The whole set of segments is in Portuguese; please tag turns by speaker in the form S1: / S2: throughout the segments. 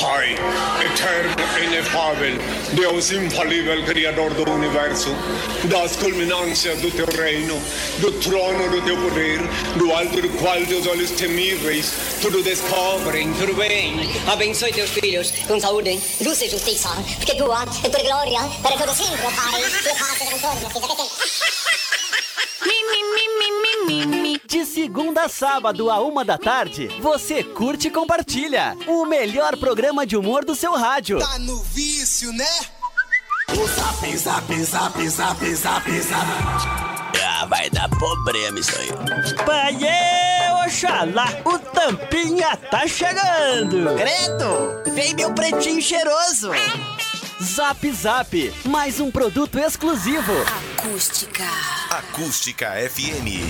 S1: Pai, eterno, inefável, Deus infalível, Criador do Universo, das culminâncias do teu reino, do trono do teu poder, do alto do qual teus olhos temíveis tudo descobrem, tudo bem.
S2: Abençoe teus filhos com saúde.
S3: Luz e justiça, porque tua é tua glória, para todo sempre, Pai, e paz e contorno, que já
S4: De segunda a sábado, a uma da tarde, você curte e compartilha. O melhor programa de humor do seu rádio.
S5: Tá no vício, né?
S6: O zap, zap, zap, zap, zap, zap. Ah, vai dar problema isso aí.
S7: Paiê, Oxalá, o Tampinha tá chegando.
S8: Credo, vem meu pretinho cheiroso.
S4: Zap Zap, mais um produto exclusivo.
S9: Acústica.
S10: Acústica FM.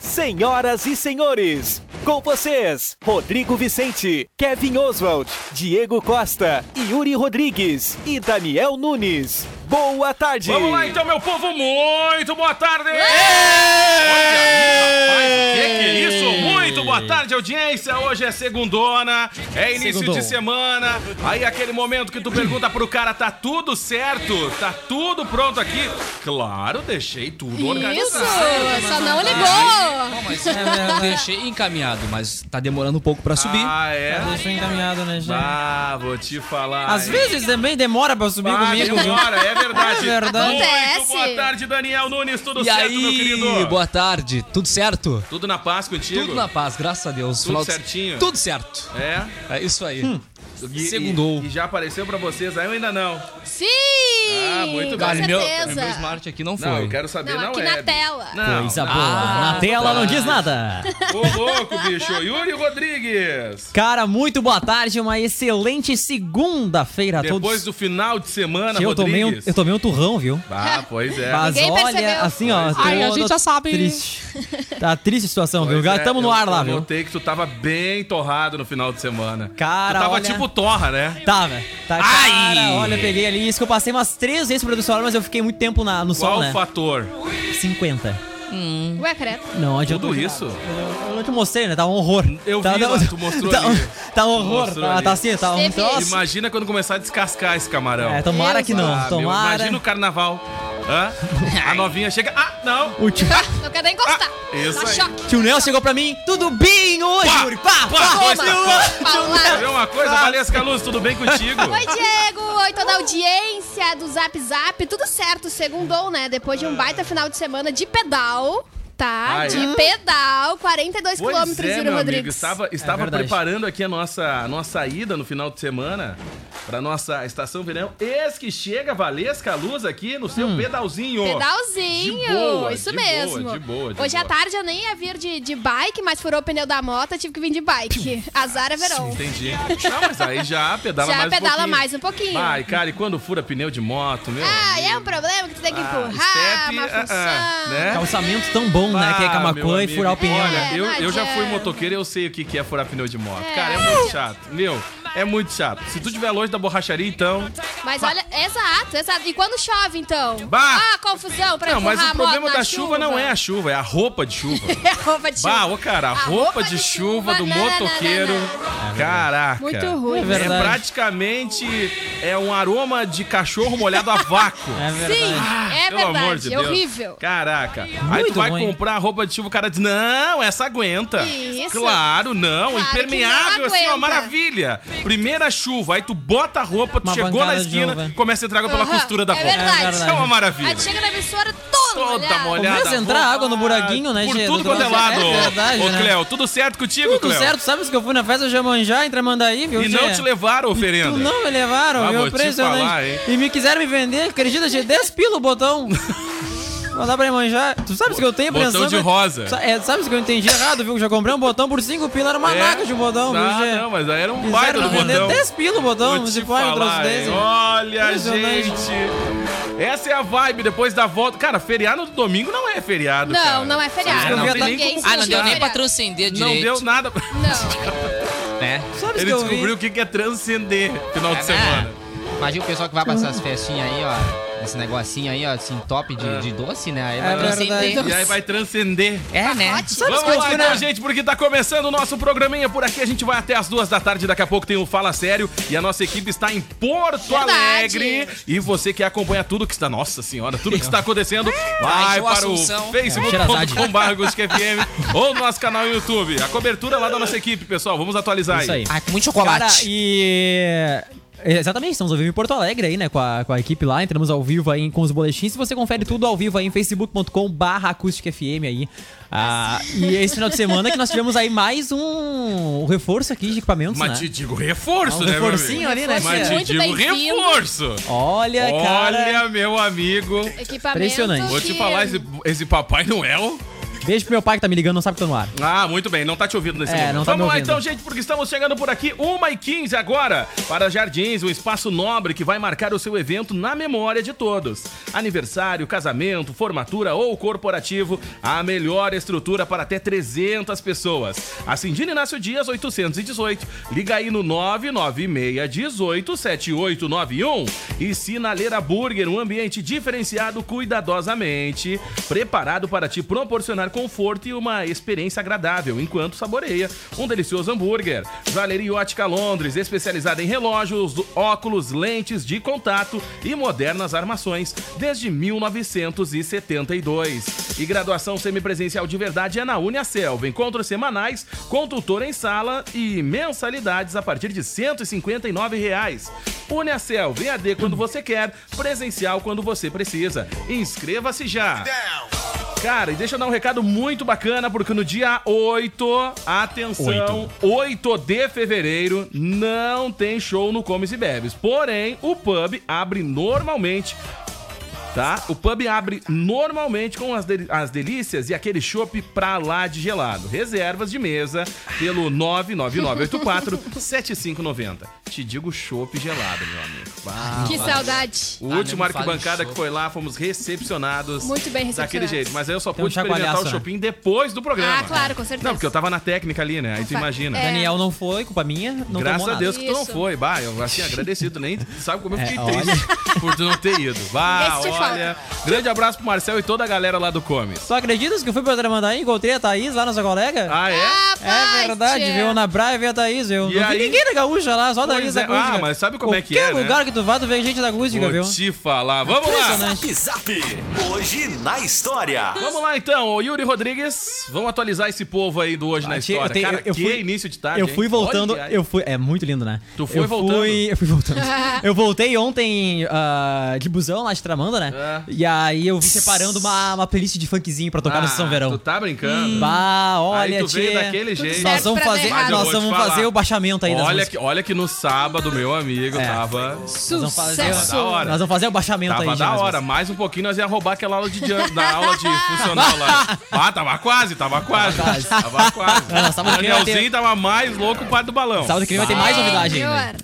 S4: Senhoras e senhores, com vocês, Rodrigo Vicente, Kevin Oswald, Diego Costa, Yuri Rodrigues e Daniel Nunes. Boa tarde!
S11: Vamos lá então, meu povo, muito boa tarde! Olha, rapaz, que que é isso? Muito boa tarde, audiência! Hoje é segundona, é início Segundou. de semana, aí aquele momento que tu pergunta pro cara, tá tudo certo? Tá tudo pronto aqui? Claro, deixei tudo organizado.
S12: Isso, só não ligou!
S13: Não, mas É, eu deixei encaminhado, mas tá demorando um pouco pra subir.
S11: Ah, é?
S13: Deixou encaminhado, né, gente?
S11: Ah, vou te falar.
S13: Às hein? vezes também demora pra subir
S11: ah,
S13: comigo.
S11: Demora, é verdade.
S13: É verdade.
S11: Muito boa tarde, Daniel Nunes, tudo
S13: e
S11: certo,
S13: aí?
S11: meu querido?
S13: Boa tarde, tudo certo?
S11: Tudo na paz contigo?
S13: Tudo na paz, graças a Deus.
S11: Tudo Final certinho? De...
S13: Tudo certo.
S11: É?
S13: É isso aí. Hum. E, Segundou.
S11: E, e, já apareceu pra vocês aí ou ainda não?
S12: Sim!
S11: Ah, muito
S12: com
S11: bem.
S13: Meu,
S12: certeza.
S13: meu smart aqui não foi.
S11: Não, eu quero saber
S12: Não,
S11: na
S12: aqui
S11: web.
S12: na tela.
S11: Não.
S13: Coisa boa. Na tela não diz nada.
S11: Ô, louco, bicho. Yuri Rodrigues.
S13: Cara, muito boa tarde, uma excelente segunda-feira a Tá todos.
S11: Depois do final de semana,
S13: Que eu tomei, um,
S11: Rodrigues.
S13: eu tomei um turrão, viu?
S11: Ah, pois é.
S13: Mas
S12: Ninguém
S13: olha,
S12: percebeu.
S13: assim, ó.
S12: Ai, a
S13: tô-
S12: gente já sabe.
S13: Triste. Tá triste a situação,
S11: Pois
S13: viu?
S11: é,
S13: Tamo no
S11: eu-
S13: ar lá,
S11: eu
S13: viu?
S11: notei que tu tava bem torrado no final de semana.
S13: Cara,
S11: Tu tava
S13: olha-
S11: tipo torra, né?
S13: Tá, velho. Tá,
S11: Ai!
S13: cara, olha, eu peguei ali. Isso que eu passei umas três vezes pro sol, mas eu fiquei muito tempo na, no sol,
S11: Qual
S13: né?
S11: o fator?
S13: 50.
S12: Ué, credo.
S13: Não, adiantou.
S11: Tudo isso?
S13: Eu não te mostrei, né? Tá um horror.
S11: Eu
S13: tá,
S11: vi
S13: tá,
S11: lá, tu mostrou
S13: tá,
S11: ali.
S13: Tá um horror.
S11: mostrou
S13: Tá,
S11: ali.
S13: tá assim, tá um
S12: Teve.
S13: troço.
S11: Imagina quando começar a descascar esse camarão.
S13: É, tomara
S12: Deus.
S13: que não.
S11: Ah, meu,
S13: tomara.
S11: imagina o carnaval. Hã? A novinha chega. Ah, não!
S13: O tio,
S12: Não quero nem encostar.
S11: Ah, isso
S12: Dá
S11: aí.
S12: choque.
S13: tio Nelson chegou pra mim. Tudo bem hoje,
S11: Pá,
S13: Yuri? Pá,
S11: pá,
S13: pá,
S11: dois,
S13: pá,
S11: tá,
S13: pá.
S11: Quer ver uma coisa,
S12: Ah.
S11: Valesca Luz, tudo bem contigo?
S12: Oi, Diego! Oi, toda a audiência do Zap Zap. Tudo certo, segundou, né? Depois de um baita final de semana de pedal, tá?
S11: Ah, é?
S12: de pedal, 42
S11: Pois
S12: quilômetros,
S11: é,
S12: Yuri
S11: meu amigo,
S12: Rodrigues.
S11: estava, estava
S13: verdade.
S11: preparando aqui a nossa, a nossa ida no final de semana para nossa estação verão. Eis que chega a Valesca Luz aqui no seu
S13: Hum.
S11: pedalzinho.
S12: Pedalzinho,
S11: De boa,
S12: isso
S11: de
S12: mesmo.
S11: boa, de boa, de
S12: Hoje à
S11: boa.
S12: tarde eu nem ia vir de, de bike, mas furou o pneu da moto, tive que vir de bike. Azar é verão.
S11: Entendi. Não, mas aí já pedala
S12: Já
S11: mais um
S12: pedala
S11: pouquinho.
S12: mais um pouquinho.
S11: Ai, cara, e quando fura pneu de moto, meu?
S12: Ah, e
S11: amigo.
S12: é um problema que tu tem que
S11: Ah,
S12: empurrar,
S11: step,
S12: uma
S11: ah, ah,
S12: função.
S11: né?
S13: Calçamento tão bom, né? Que é
S11: Ah, meu
S13: Camacuã e
S11: amigo,
S13: furar o pneu.
S11: Olha,
S13: né?
S12: É,
S11: eu,
S12: não
S11: eu já fui
S12: adianta.
S11: motoqueiro eu sei o que que é furar pneu de moto.
S12: É.
S11: Cara, é muito chato. Meu, é muito chato. Se tu tiver longe da borracharia, então.
S12: Mas olha, exato, exato. E quando chove, então?
S11: Bah!
S12: Ah, confusão pra
S11: Não, mas
S12: empurrar
S11: o
S12: a moto
S11: problema
S12: na
S11: da chuva, não é a chuva, é a roupa de chuva.
S12: É a roupa de
S11: bah,
S12: chuva.
S11: ô cara, a, roupa, de, chuva do
S12: não, não, não,
S11: motoqueiro.
S12: não.
S11: Caraca.
S12: Muito ruim.
S13: É
S11: É
S13: verdade.
S11: praticamente é um aroma de cachorro molhado a vácuo. Ah,
S13: É verdade.
S12: Sim, é
S11: Pelo amor de
S12: verdade. É
S11: Deus.
S12: horrível.
S11: Caraca. Aí tu
S13: Muito
S11: vai
S13: ruim.
S11: comprar a roupa de chuva, o cara diz: Não, essa aguenta.
S12: Isso.
S11: Claro, não.
S12: Claro que
S11: impermeável,
S12: não
S11: assim, ó,
S12: aguenta.
S11: maravilha. Primeira chuva, aí tu bota a roupa, tu
S13: Uma
S11: chegou na
S13: pancada de
S11: esquina,
S13: chuva.
S11: começa a entrar água pela
S12: Aham,
S11: costura da
S12: é
S11: roupa.
S12: verdade.
S13: É verdade.
S11: uma maravilha.
S12: Aí tu chega na emissora toda,
S11: Toda
S12: molhada.
S11: molhada.
S13: Começa a entrar água no buraguinho, né,
S11: Por
S13: Gê,
S11: tudo
S13: do
S11: quanto é
S13: troço.
S11: lado.
S13: É verdade,
S11: Ô,
S13: né?
S11: Cleo, tudo certo contigo,
S13: Tudo
S11: Cleo?
S13: certo, sabes que eu fui na festa de Amanjá, em Tramandaí, viu?
S11: E não
S13: Gê?
S11: te levaram oferenda.
S13: Tu não me levaram,
S11: Ah,
S13: meu
S11: vou te
S13: impressionante.
S11: falar, hein?
S13: e me quiseram me vender, acredita, tinha 10 pila o botão. Não dá pra manjar. Tu sabes que eu tenho
S11: Botão
S13: pensando.
S11: de rosa.
S13: É, tu sabes que eu entendi errado, viu? Já comprei um botão por 5 pila, era uma
S11: É.
S13: naca de botão,
S11: Ah,
S13: viu, Gê?
S11: não, mas aí era um baita
S13: Quiseram
S11: do
S13: me vender
S11: botão.
S13: 10 pila o botão,
S11: Vou
S13: se
S11: te
S13: foi um troço
S11: falar,
S13: desse.
S11: hein? Olha,
S13: Impressionante.
S11: gente. Essa é a vibe depois da volta. Cara, feriado do domingo não é feriado. cara.
S12: Não, é não é feriado.
S11: Ah, não
S13: tem
S12: Ninguém
S13: nem como-
S12: se chama
S13: Ah, não deu nem
S12: feriado.
S13: patrocínio
S11: Não deu nada.
S12: Não.
S14: né?
S13: Sabes
S11: Ele
S13: que eu vi?
S12: né?
S11: descobriu o que que é transcender final de
S14: Ah,
S11: semana.
S14: Imagina o pessoal que vai pra essas festinhas aí, ó.
S5: esse negocinho aí, ó, assim, top de, de doce, né? Aí
S11: É
S5: vai
S13: Assim,
S11: verdade.
S5: transcender.
S11: E aí vai transcender.
S5: É, né?
S11: Vamos lá então, gente, porque tá começando o nosso programinha por aqui. A gente vai até as duas da tarde. Daqui a pouco tem um Fala Sério. E a nossa equipe está em Porto
S12: Verdade.
S11: Alegre. E você que acompanha tudo que está... Nossa Senhora, tudo que está acontecendo, vai
S5: Vai,
S11: para
S5: Assunção.
S11: o
S5: Xerazade.
S11: facebook.com.br ou no nosso canal no YouTube. A cobertura lá da nossa equipe, pessoal. Vamos atualizar aí.
S5: Ah, com muito chocolate.
S13: Cara, e. é, Exatamente, estamos ao vivo em Porto Alegre aí, né? Com a, com a equipe lá, entramos ao vivo aí com os boletins. E você confere tudo ao vivo aí em facebook.com barra acústicafm aí. Ah, e esse final de semana que nós tivemos aí mais um reforço aqui de equipamentos,
S11: Mas
S13: né?
S11: te digo reforço,
S13: Um
S11: né, meu
S13: reforcinho
S11: amigo?
S13: ali, né,
S11: Mas te
S13: Muito
S11: digo
S13: bem-vindo.
S11: reforço.
S13: Olha, cara.
S11: Olha, meu amigo.
S12: Equipamento
S13: Impressionante.
S11: Vou te
S12: que-
S11: falar, esse, esse Papai é Noel...
S13: Beijo pro meu pai que tá me ligando, não sabe que tô no ar.
S11: Ah, muito bem, não tá te ouvindo nesse
S13: É,
S11: momento.
S13: não tá me
S11: Vamos lá
S13: ouvindo.
S11: então, gente, porque estamos chegando por aqui, 1h15 agora, para Jardins, um espaço nobre que vai marcar o seu evento na memória de todos. Aniversário, casamento, formatura ou corporativo, a melhor estrutura para até 300 pessoas. A Cindina Inácio Dias, 818. Liga aí no 996187891 e Sinaleira Burger, um ambiente diferenciado cuidadosamente, preparado para te proporcionar conforto e uma experiência agradável enquanto saboreia um delicioso hambúrguer. Valeria Ótica Londres, especializada em relógios, óculos, lentes de contato e modernas armações desde 1972. E graduação semipresencial de verdade é na Uniaselva. Encontros semanais com tutor em sala e mensalidades a partir de R$ 159 reais. Uniacel, VAD quando você quer, presencial quando você precisa. Inscreva-se já. Cara, e deixa eu dar um recado muito bacana, porque no dia 8, atenção, 8 de fevereiro, não tem show no Comes e Bebes. Porém, o pub abre normalmente tá? O pub abre normalmente com as, deli- as delícias e aquele chopp pra lá de gelado. Reservas de mesa pelo 99984-7590. Te digo chopp gelado, meu amigo. Bah,
S12: Que
S11: bah.
S12: saudade.
S11: O
S13: Ah,
S11: último
S13: não me fala
S11: arquibancada
S13: de
S11: que foi lá, fomos recepcionados.
S12: Muito bem
S11: Daquele
S12: recepcionados.
S11: jeito, mas aí eu só
S13: Tem um
S11: pude experimentar o
S13: chacoalhaço, né?
S11: chopinho depois do programa.
S12: Ah, claro, com certeza.
S11: Não, porque eu tava na técnica ali, né? Aí tu
S12: Vai.
S11: imagina.
S12: É.
S13: Daniel não foi, culpa minha, não
S11: Graças
S13: tomou
S11: a Deus
S13: nada.
S11: que tu não
S12: Isso.
S11: foi. Bah, eu assim, agradecido, nem sabe como eu
S13: É,
S11: fiquei
S13: olha.
S11: triste por tu não ter ido. Bah,
S13: Ninguém sentiu
S11: olha. Grande abraço pro Marcel e toda a galera lá do Comes.
S13: Só acreditas que eu fui pra Tramandaí, encontrei a Thaís lá, nossa colega?
S11: Ah, é?
S13: É verdade,
S12: tia.
S13: veio na praia e veio a Thaís, eu.
S11: E
S13: não
S11: aí?
S13: vi ninguém da gaúcha lá, só a
S11: Pois
S13: Thaís
S11: é.
S13: da acústica.
S11: Ah, mas sabe como é que é, né?
S13: Qualquer lugar que tu vá, tu vê gente da acústica, viu? né?
S11: Vou te falar. Vamos lá.
S13: Impressionante.
S6: Zap, hoje na história.
S11: Vamos lá então, Ô, Yuri Rodrigues. Vamos atualizar esse povo aí do hoje na
S13: Ah, tia,
S11: história.
S13: eu tenho-
S11: Cara,
S13: eu
S11: que
S13: fui-
S11: início de tarde.
S13: eu fui
S11: hein?
S13: voltando,
S11: Olha,
S13: eu fui, é muito lindo, né?
S11: Tu foi
S13: eu
S11: voltando.
S13: Fui, eu fui voltando. eu voltei ontem ah, de busão lá de Tramanda, né?
S11: É.
S13: E aí eu vi separando uma, uma playlist de funkzinho pra tocar
S11: Ah,
S13: no São Verão.
S11: Tu tá brincando?
S13: Bah, olha,
S11: Aí tu veio
S13: tia,
S11: daquele
S13: tudo
S11: jeito.
S13: Nós vamos
S12: pra dar
S13: fazer,
S12: errado.
S11: Mas eu
S13: nós
S11: vou te
S13: vamos
S11: falar.
S13: fazer o baixamento tá aí das
S11: olha
S13: músicas.
S11: que, olha que no sábado, meu amigo, tava.
S13: Nós vamos fazer,
S12: Sucesso.
S11: da hora.
S13: nós vamos fazer o baixamento aí.
S11: Tava
S13: já,
S11: da
S13: mas-
S11: hora, mais um pouquinho nós ia roubar aquela aula de jump, da aula de funcional lá. Ah, tava quase, tava quase.
S13: quase.
S11: Tava quase.
S13: Não, não, sábado que vem vai ter-
S11: Danielzinho tava mais louco que o padre do balão.
S13: Sábado que vem vai ter mais novidade ainda.
S12: Melhor.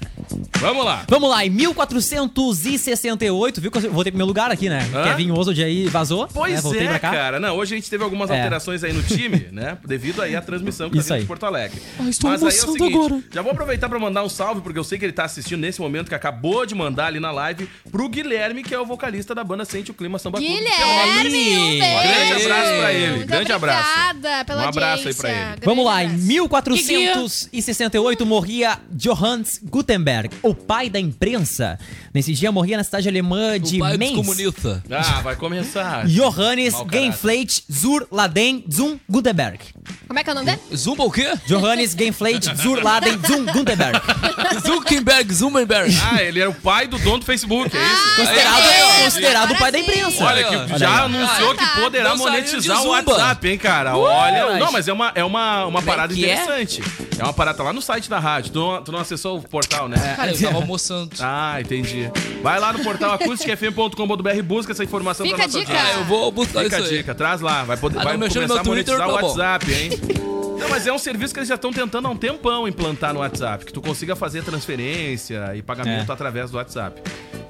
S11: Vamos lá.
S13: Vamos lá, em 1468, viu que eu voltei pro meu lugar aqui, né?
S11: Hã?
S13: Kevin Oswald aí vazou, né?
S11: Pois
S13: Voltei
S11: é,
S13: pra cá.
S11: cara. Não, hoje a gente teve algumas
S13: É.
S11: alterações aí no time, né? Devido aí à transmissão que tá
S13: Isso
S11: vindo
S13: aí.
S11: de Porto Alegre.
S13: Ah, estou
S11: aí é o
S13: emboçando
S11: seguinte,
S13: agora.
S11: já vou aproveitar pra mandar um salve, porque eu sei que ele tá assistindo nesse momento, que acabou de mandar ali na live, pro Guilherme, que é o vocalista da banda Sente o Clima Samba Clube.
S12: Guilherme, um
S13: Olha aí.
S11: Grande
S12: beijo.
S11: abraço pra ele,
S12: Muito
S11: grande abraço.
S12: Obrigada pela
S11: Um abraço aí
S12: audiência.
S11: pra ele.
S12: Grande
S13: Vamos lá, em
S12: abraço.
S13: 1468 morria Johannes Gutenberg, o pai da imprensa. Nesse dia morria na cidade alemã de
S5: pai dos
S13: Mainz.
S5: comunistas.
S11: Ah, vai começar.
S13: Johannes
S11: Mau caráter.
S13: Genfleit zur Laden zum Gutenberg.
S12: Como é que é o nome dele?
S5: Zumba o quê?
S13: Johannes Genfleit zur Laden zum Gutenberg.
S5: Zuckerberg, Zuckerberg.
S11: Ah, ele era o pai do dono do Facebook, é isso?
S13: Considerado,
S12: Aí, ó.
S13: considerado o pai da imprensa.
S11: Olha, que
S5: Olha
S11: já
S5: aí.
S11: anunciou
S12: Ah, tá.
S11: que poderá
S5: Não saiu de
S11: monetizar o
S5: Zumba.
S11: WhatsApp, hein, cara? Olha,
S13: verdade.
S11: não, mas é uma, é uma, uma
S5: Como é
S11: parada
S5: que é?
S11: interessante. É? uma parada tá lá no site da rádio. Tu não, tu não acessou o portal, né?
S5: Cara, eu tava almoçando.
S11: Ah, entendi. Vai lá no portal acusticfm.com.br, busca essa informação
S12: Fica
S11: pra
S12: a
S11: nossa
S12: dica.
S11: audiência.
S5: Eu vou
S11: Fica
S5: botar É isso
S11: a
S5: aí.
S11: dica, traz lá. Vai, poder,
S5: Ah, não,
S11: vai
S5: meu chama
S11: começar a
S5: no Twitter,
S11: monetizar o
S5: tá bom.
S11: WhatsApp, hein? Não, mas é um serviço que eles já estão tentando há um tempão implantar no WhatsApp, que tu consiga fazer transferência e pagamento
S13: É.
S11: através do WhatsApp.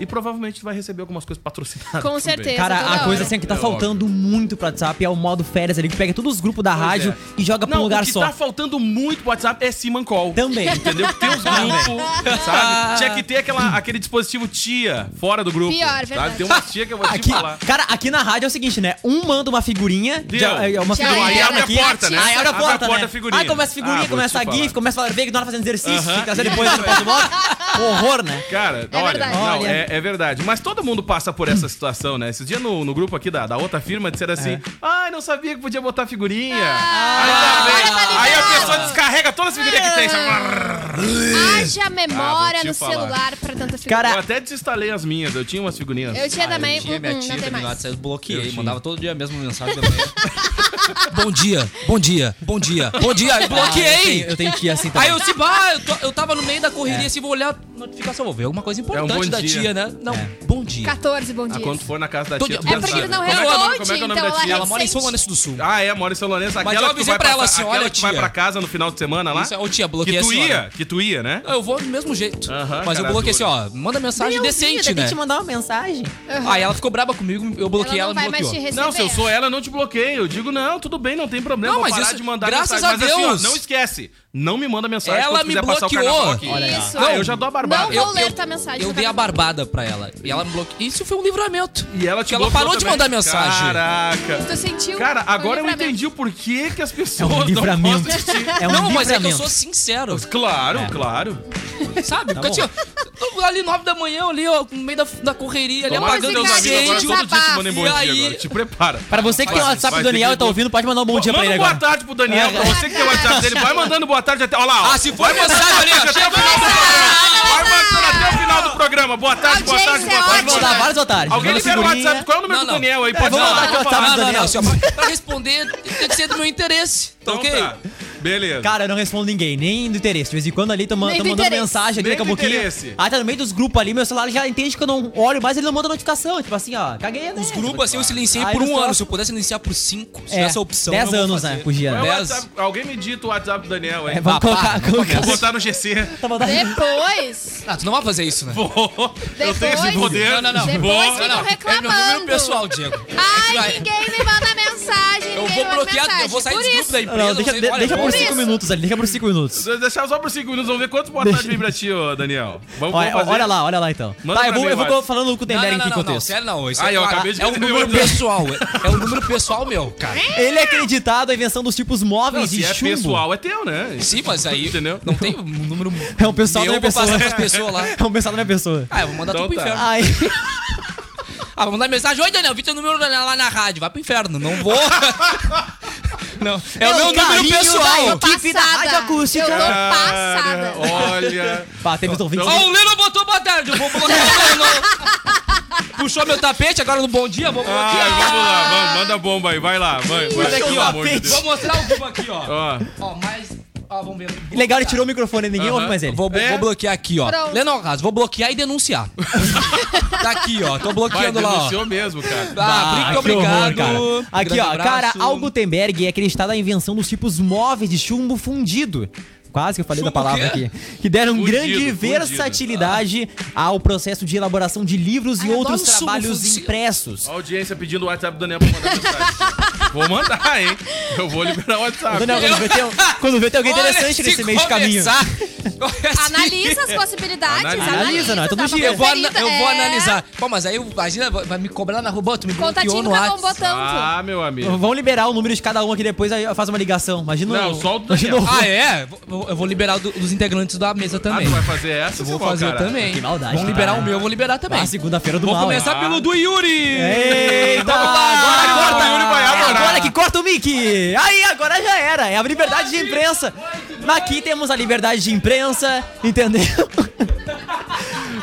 S11: E provavelmente vai receber algumas coisas patrocinadas.
S12: Com
S11: também.
S12: certeza,
S13: Cara, a coisa assim que tá
S11: É
S13: faltando muito pro WhatsApp é o modo férias ali, que pega todos os grupos da
S11: Pois
S13: rádio
S11: é.
S13: e joga pra
S11: Não,
S13: um lugar
S11: o que
S13: só.
S11: tá faltando muito pro WhatsApp é Simancol.
S13: Também. Ah.
S11: Entendeu? Porque Tem os grupos, sabe? Tinha que ter aquela, aquele dispositivo tia fora do grupo.
S13: Pior,
S11: sabe?
S13: verdade.
S11: Tem uma tia que eu vou te
S13: Aqui,
S11: falar.
S13: cara, aqui na rádio é o seguinte, né? Um manda uma figurinha.
S11: Deu.
S13: de- é uma
S11: Já
S13: figurinha.
S11: era. Aí abre a
S13: aqui,
S11: porta, né?
S13: Aí abre a
S11: Abre a
S13: porta,
S11: porta,
S13: né?
S11: a figurinha.
S13: Aí começa a
S11: Ah,
S13: figurinha,
S11: vou te
S13: começa a
S11: falar.
S13: GIF, começa a ver que nós fazendo exercício,
S11: Aham.
S13: fica depois no pós-moto. Horror, né?
S11: Cara,
S13: É
S11: olha,
S13: verdade.
S11: não,
S13: Olha.
S11: É, é verdade. Mas todo mundo passa por essa situação, né? Esses dias no, no grupo aqui da, da outra firma disseram
S5: É.
S11: assim: Ai, não sabia que podia botar figurinha. aí, tá bem. Aí a pessoa descarrega todas as figurinhas que tem.
S12: Haja memória
S11: Ah, vou te
S12: no
S11: falar.
S12: celular pra tanta figura.
S13: Ah.
S11: Eu até desinstalei as minhas, eu tinha umas figurinhas.
S12: Eu tinha também.
S5: Tinha
S12: hum,
S5: minha
S12: hum,
S5: tia
S12: não tem
S5: também no
S12: mais.
S5: WhatsApp, eu bloqueei. Mandava todo dia a mesma mensagem da manhã. Bom dia, bom dia, bom dia, bom dia. Eu bloqueei.
S13: Ah, eu tenho- eu tenho tia assim também.
S5: Aí eu tipo, ah, eu, tô- eu tava no meio da correria, assim, vou olhar a notificação, vou ver alguma coisa importante
S11: É um bom
S5: da
S11: dia.
S5: tia, né? Não, bom dia.
S12: 14 bom
S11: Ah,
S12: dias.
S11: quando for na casa da
S5: Todo
S11: tia,
S5: dia-
S11: tu
S5: É
S11: já
S5: porque
S11: sabe.
S5: ele não
S11: Como é que é o nome-
S5: responde,
S11: como é que é o nome
S5: então
S11: da tia?
S5: ela Ela mora em recente. São Lourenço do Sul.
S11: Ah, é, mora em São Lourenço.
S5: Mas
S11: Aquela
S5: eu
S11: que tu
S5: avisei
S11: vai
S5: pra ela
S11: passar-
S5: assim,
S11: aquela
S5: olha,
S11: que tu vai
S5: tia.
S11: pra casa no final de semana lá.
S5: Isso, é, ô, tia, bloqueei
S11: Ah, Que tu
S5: a senhora.
S11: ia, que tu ia, né?
S5: Eu vou do mesmo jeito. Mas eu
S11: cara
S5: bloqueei assim,
S11: dura.
S5: ó, manda mensagem
S13: Meu
S5: decente,
S13: filho, tem
S5: né?
S13: que te mandar uma mensagem.
S5: Aí ela ficou braba comigo, eu bloqueei ela,
S12: Ela não
S5: me
S12: vai mais
S5: bloqueou.
S12: te
S11: Não, se eu sou ela, eu não te bloqueio. Eu digo, não, tudo bem, não tem problema.
S5: Não,
S11: Vou
S5: mas
S11: parar
S5: isso-
S11: de mandar
S5: graças
S11: mensagem.
S5: a
S11: Mas assim, ó,
S5: Deus.
S11: não esquece. Não me manda mensagem
S5: Ela
S11: quando
S5: me
S11: quiser passar o carnaval aqui.
S5: bloqueou. Olha aí, ó.
S11: Ah, eu já dou a barbada.
S12: Não
S5: Eu-
S12: vou ler tua mensagem. tá
S5: Eu
S12: no
S5: dei a
S12: cartão.
S5: barbada pra ela. E ela me bloqueou. Isso foi um livramento.
S11: E ela te
S5: Porque ela parou
S11: bloqueou
S5: de
S11: também.
S5: mandar mensagem.
S11: Caraca.
S12: Tu sentiu?
S11: Cara,
S12: Foi um
S11: agora eu
S12: livramento.
S11: entendi o porquê que as
S13: É
S11: pessoas
S13: um
S11: não
S13: livramento.
S11: gostam de ti.
S13: É um
S5: não, mas é que eu
S13: livramento.
S5: sou sincero.
S11: Claro, claro.
S5: Sabe?
S13: Tá
S5: Porque
S13: bom.
S5: assim, ó, ali nove da manhã, ali, ó, no meio da, da correria, ali
S11: Tomara que
S5: apagando
S11: teus amigos agora
S5: incêndio.
S11: todo dia te mandem bom
S5: E
S11: dia
S5: aí-
S11: agora. Te prepara.
S13: Pra você que tem o WhatsApp do Daniel e tá ouvindo, pode mandar um bom dia pra ele
S11: Manda boa
S13: agora.
S11: tarde pro Daniel, pra você que tem o WhatsApp dele. Vai mandando boa tarde até. Olha lá, ó.
S5: Ah, se for
S11: Vai mandando
S5: mensagem ali, ó,
S11: até o final do programa. Vai mandando até o final do programa. Boa tarde, boa tarde, boa tarde.
S13: Vou
S11: boa
S13: dar vários
S11: tarde.
S13: otários.
S11: um Alguém
S13: Manda
S11: libera o
S13: figurinha.
S11: WhatsApp. Qual é o número do
S5: Não, não.
S11: Daniel aí? Então
S13: É, vamos botar aqui o WhatsApp do
S5: Não, não,
S13: Daniel.
S5: não, assim, ó, pra- pra responder tem que ser do meu interesse, tá
S11: Então
S5: ok?
S11: tá. Beleza.
S13: Cara, eu não respondo ninguém, nem do interesse. De vez em quando ali, tô, man-
S12: Nem
S13: tô
S12: do
S13: mandando
S12: interesse.
S13: mensagem ali
S11: Nem
S13: daqui a
S11: do
S13: pouquinho.
S11: interesse.
S13: Ah, tá no meio dos grupos ali, meu celular já entende que eu não olho mais, ele não manda notificação. Tipo assim, ó, caguei, né?
S5: Os grupos, assim, eu silenciei
S13: Aí
S5: por
S13: no
S5: um
S13: celular-
S5: ano. Se eu pudesse silenciar por cinco, se
S13: É,
S5: tivesse a opção.
S13: 10
S5: eu vou
S13: anos,
S5: fazer.
S13: né, podia, né?
S11: Qual é o
S5: Dez.
S11: WhatsApp? Alguém me dita o WhatsApp do Daniel aí.
S13: É, vamos
S5: Ah, para,
S13: colocar.
S5: não
S13: colocar-
S11: Vou botar no GC.
S13: Tá mandando-
S12: Depois.
S5: Ah, tu não vai fazer isso, né?
S11: Vou. Eu tenho esse
S12: Depois-
S11: poder.
S5: Não, não, não.
S12: Depois
S11: Vou.
S12: ficam reclamando.
S5: É meu número pessoal, Diego.
S12: Ai,
S5: Vai.
S12: ninguém me manda mensagem.
S5: Eu vou
S12: ninguém me manda
S5: bloquear,
S12: mensagem.
S5: eu vou sair
S12: Por
S5: desse grupo
S12: isso.
S5: da
S13: Não,
S5: empresa.
S13: não, deixa,
S5: vocês-
S13: de-
S5: olha,
S13: deixa
S5: eu vou-
S13: por
S12: isso.
S13: 5 minutos ali, deixa por 5 minutos.
S11: Vou Deixar só por 5 minutos, vamos ver quantos boa tarde vem pra ti, ô Daniel. Vamos,
S13: Olha,
S11: vamos fazer.
S13: olha lá, olha lá então.
S11: Manda
S13: tá, eu
S11: pra
S13: vou,
S11: mim,
S13: eu vou
S11: vai.
S13: falando com o
S5: Não, não,
S13: Tenderem aqui
S5: não,
S13: em
S5: não, não,
S13: contexto.
S5: sério não. Isso
S11: Ah,
S5: é,
S11: eu
S5: uma-
S11: acabei de
S5: é um
S11: receber
S5: número
S11: outra.
S5: pessoal. É, é um número pessoal meu, cara.
S13: Ele é acreditado à invenção dos tipos móveis
S11: Não,
S13: de
S11: se é
S13: chumbo.
S11: pessoal, é teu, né?
S5: Sim, mas aí
S11: Entendeu?
S5: não tem um número
S13: É um pessoal da
S5: meu
S13: minha
S5: pra
S13: pessoa.
S5: passar pras pessoas lá.
S13: É um pessoal da minha pessoa.
S5: Ah, eu vou mandar
S11: Então
S5: tudo pro
S11: tá.
S5: inferno.
S13: Ai,
S5: Ah, vou mandar mensagem. Oi, Daniel, vi teu número na- lá na rádio. Vai pro inferno. Não vou. não. É o meu número
S13: carinho
S5: pessoal.
S13: da equipe da
S12: tá Passada.
S13: Rádio Acústica.
S12: Eu tô
S11: Cara,
S12: passada.
S11: olha.
S13: Pá, teve os ouvintes.
S5: Ó, o Leno botou boa tarde. Eu vou botar meu nome. Puxou meu tapete agora no bom dia. Vou
S11: Ah,
S5: bloquear.
S11: vamos lá, vamos, manda a bomba aí, vai lá, vai, vai.
S13: Olha aqui,
S11: pelo
S13: ó,
S11: amor de
S13: pente.
S11: Deus.
S5: Vou mostrar o vivo aqui, ó.
S11: Ó,
S5: Ó, mais. Ó, vamos ver.
S13: Legal, ele tirou o microfone, ninguém
S11: Aham.
S13: ouve mais ele.
S5: Vou,
S11: É.
S5: vou bloquear aqui, ó.
S12: Pronto.
S5: Leandro Arraso, vou bloquear e denunciar. tá aqui, ó. Tô
S11: vai,
S5: bloqueando lá, ó.
S11: denunciou mesmo, cara.
S5: Ah,
S13: que
S5: muito
S13: horror,
S5: obrigado.
S13: cara. Aqui,
S5: Um Grande
S13: ó,
S5: abraço.
S13: cara, Al Gutenberg é acreditado à invenção dos tipos móveis de chumbo fundido. Quase que eu falei
S5: Chumbo
S13: da palavra
S5: o quê?
S13: aqui. Que deram
S11: Fundido,
S13: grande
S11: fundido.
S13: versatilidade ao processo de elaboração de livros
S5: Ai,
S13: e
S5: eu
S13: outros
S5: adoro chumbo
S13: trabalhos
S5: fundido.
S13: impressos.
S11: A audiência pedindo o WhatsApp do Daniel pra mandar mensagem. Vou mandar, hein? Eu vou liberar o WhatsApp.
S13: Daniel, quando vê, tem, quando vê tem alguém
S5: Olha,
S13: interessante
S5: se
S13: nesse meio de caminho.
S5: começar-
S13: Assim.
S12: Analisa as possibilidades.
S11: Analisa,
S12: Analisa,
S13: não, é todo
S12: dá uma
S13: dia.
S5: Eu vou, ana-
S12: conferida,
S5: eu vou
S12: é.
S5: analisar. Pô, mas aí, imagina, vai vai me cobrar na rua. Bô, tu me bloqueou
S12: Contatinho
S5: no
S12: nunca bombou
S5: WhatsApp.
S12: tanto.
S11: Ah, meu amigo.
S13: Vamos liberar o número de cada um aqui depois, aí eu faço uma ligação. Imagina
S11: Não,
S13: o-
S11: só o do
S13: imagina
S11: Daniel.
S13: o-
S5: Ah, é? Vou- vou- Eu vou liberar o do- dos integrantes da mesa
S11: Ah,
S5: também.
S11: tu vai fazer essa?
S5: Eu vou
S11: Simão,
S5: fazer
S11: cara?
S5: também.
S13: Que maldade,
S5: Vão
S13: cara.
S5: liberar o meu, eu vou liberar também.
S13: Ah, segunda-feira do
S5: Vou
S13: mal. hein?
S5: começar pelo do Yuri.
S13: Eita!
S5: Vamos lá, agora
S13: agora
S11: corta, Yuri vai
S13: É
S11: adorar.
S13: agora que corta o Mickey! Aí, agora já era! É a liberdade de imprensa! Aqui temos a liberdade de imprensa, entendeu?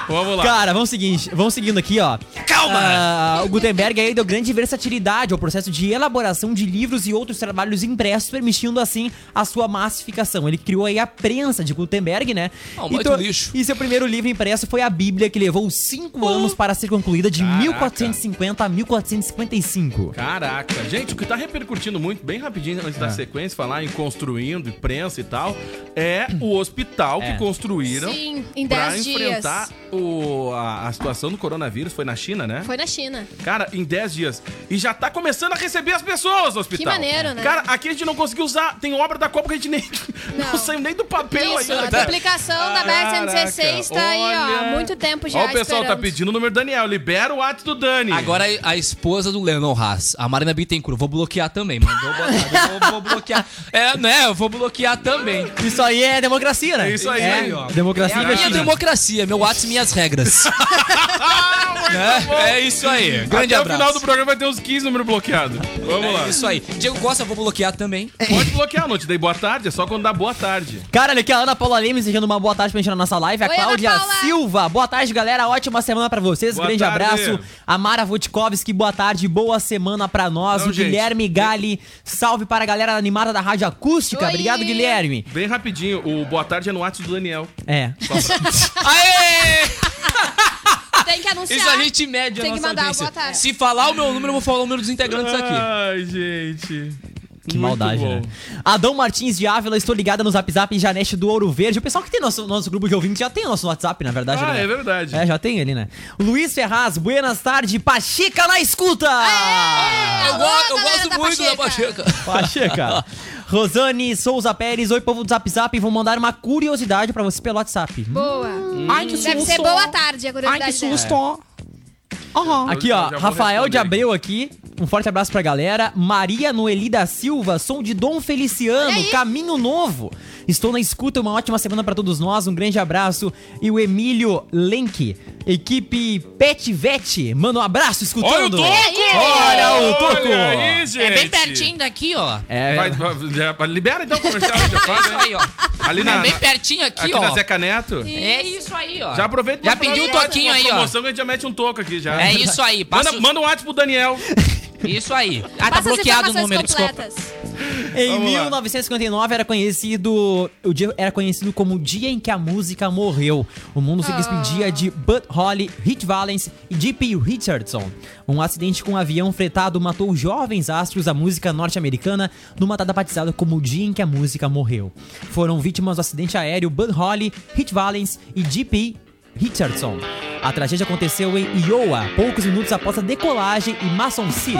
S11: Vamos lá.
S13: Cara, vamos seguinte, vamos seguindo aqui, ó.
S11: Calma!
S13: Ah, o Gutenberg aí deu grande versatilidade ao processo de elaboração de livros e outros trabalhos impressos, permitindo assim a sua massificação. Ele criou aí a prensa de Gutenberg, né?
S5: Ah, um
S13: e,
S5: baita lixo. Oh.
S13: e seu primeiro livro impresso foi a Bíblia, que levou cinco anos para ser concluída de
S11: Caraca.
S13: 1450 a 1455.
S11: Caraca, gente, o que tá repercutindo muito, bem rapidinho antes da sequência, falar em construindo e prensa e tal, é o hospital
S13: É.
S11: que construíram
S12: Sim, em
S11: pra
S12: 10 dias.
S11: enfrentar o, o- a, a situação do coronavírus foi na China, né?
S12: Foi na China.
S11: Cara, em 10 dias. E já tá começando a receber as pessoas no hospital.
S12: maneiro, né?
S11: Cara, aqui a gente não conseguiu usar. Tem obra da Copa que a gente nem. Não, saiu nem do papel
S12: Isso,
S11: ainda.
S12: a
S11: cara.
S12: duplicação da BR-116 tá aí, ó, há
S11: olha.
S12: muito tempo já
S11: Ó, o pessoal tá
S12: esperando.
S11: pedindo o número do Daniel. Libera o ato do Dani.
S5: Agora a esposa do Lennon Haas, a Marina Bittencourt, vou bloquear também, mano. Vou, botar, vou, vou bloquear. É, né? Eu vou bloquear também.
S11: Tá
S13: Isso aí é democracia, né?
S5: Isso aí,
S13: É,
S5: ó.
S13: democracia
S5: é a
S13: da
S5: minha
S13: China.
S5: democracia, meu ato e minhas regras. Né? É isso aí. Grande
S11: Até o
S5: abraço.
S11: final do programa vai ter uns 15 números bloqueados. Vamos
S5: É
S11: lá.
S5: isso aí. Diego Costa, vou bloquear também.
S11: Pode bloquear, não te dei boa tarde, é só quando dá boa tarde.
S13: Caralho, aqui a Ana Paula Leme desejando uma boa tarde pra gente na nossa live. A
S5: Oi, Ana
S13: Cláudia
S5: Paula.
S13: Silva, boa tarde, galera. Ótima semana pra vocês.
S5: Boa
S13: Grande
S5: tarde.
S13: abraço. A Mara Votkovski, boa tarde, boa semana pra nós.
S11: Não,
S13: o Guilherme Gali, salve para a galera animada da Rádio Acústica. Obrigado, Guilherme.
S11: Bem rapidinho, o boa tarde é no ato do Daniel.
S13: É.
S5: Aê!
S12: Ah, Tem que anunciar.
S5: Isso a gente mede a
S12: Tem que
S5: nossa
S12: mandar,
S5: audiência.
S12: boa tarde.
S5: Se falar o meu número, eu vou falar o número dos integrantes aqui.
S11: Ai, gente.
S13: Que maldade, né? Adão Martins de Ávila, estou ligada no Zap Zap Janete do Ouro Verde. O pessoal que tem nosso, nosso grupo de ouvintes já tem o nosso WhatsApp, na verdade.
S11: Ah,
S13: né?
S11: é verdade.
S13: É, já tem ele, né? Luiz Ferraz, buenas tardes, Pachica na escuta!
S12: É,
S5: Ah, Eu, go- eu gosto muito da Pacheca.
S13: Pacheca. Rosane Souza Pérez, oi povo do Zap Zap, vou mandar uma curiosidade pra você pelo WhatsApp.
S12: Boa.
S5: Hum.
S13: Ai, que
S12: Deve ser
S13: susto.
S12: boa tarde a curiosidade
S13: Ai, que
S12: dela.
S13: susto. Aqui,
S11: Eu
S13: ó,
S11: já vou
S13: Rafael
S11: responder
S13: de Abreu aqui. Um forte abraço pra galera. Maria Noeli da Silva, som de Dom Feliciano, Caminho Novo. Estou na escuta, uma ótima semana pra todos nós, um grande abraço. E o Emílio Lenk, equipe Pet Vete. Mano, um abraço escutando.
S12: é
S13: Olha o Toco!
S5: É bem pertinho daqui, ó.
S13: É,
S11: Vai, vai, já- libera então o comercial, já faz, né?
S5: Aí, ó.
S11: Ali
S5: é
S11: na,
S5: bem pertinho aqui,
S11: aqui
S5: ó.
S11: na Zeca Neto.
S5: É isso aí, ó.
S11: Já aproveita
S5: Já
S11: pra falar
S5: pediu um
S11: do WhatsApp,
S5: toquinho
S11: uma
S5: aí, ó.
S11: promoção que a gente já mete um toco aqui já.
S5: É isso aí, passa
S11: Manda,
S5: os-
S11: manda um WhatsApp pro Daniel.
S5: Isso aí. Ah, tá
S12: Passa as
S5: bloqueado o
S12: informações
S5: número, desculpa.
S12: completas.
S13: Em
S5: Vamos lá.
S13: 1959 era conhecido o dia era conhecido como o dia em que a música morreu. O mundo se despedia de Bud Holly, Hit Valens e J.P. Richardson. Um acidente com um avião fretado matou jovens astros da música norte-americana numa data batizada como o dia em que a música morreu. Foram vítimas do acidente aéreo Bud Holly, Hit Valens e J.P. Richardson. A tragédia aconteceu em Iowa, poucos minutos após a decolagem em Mason City.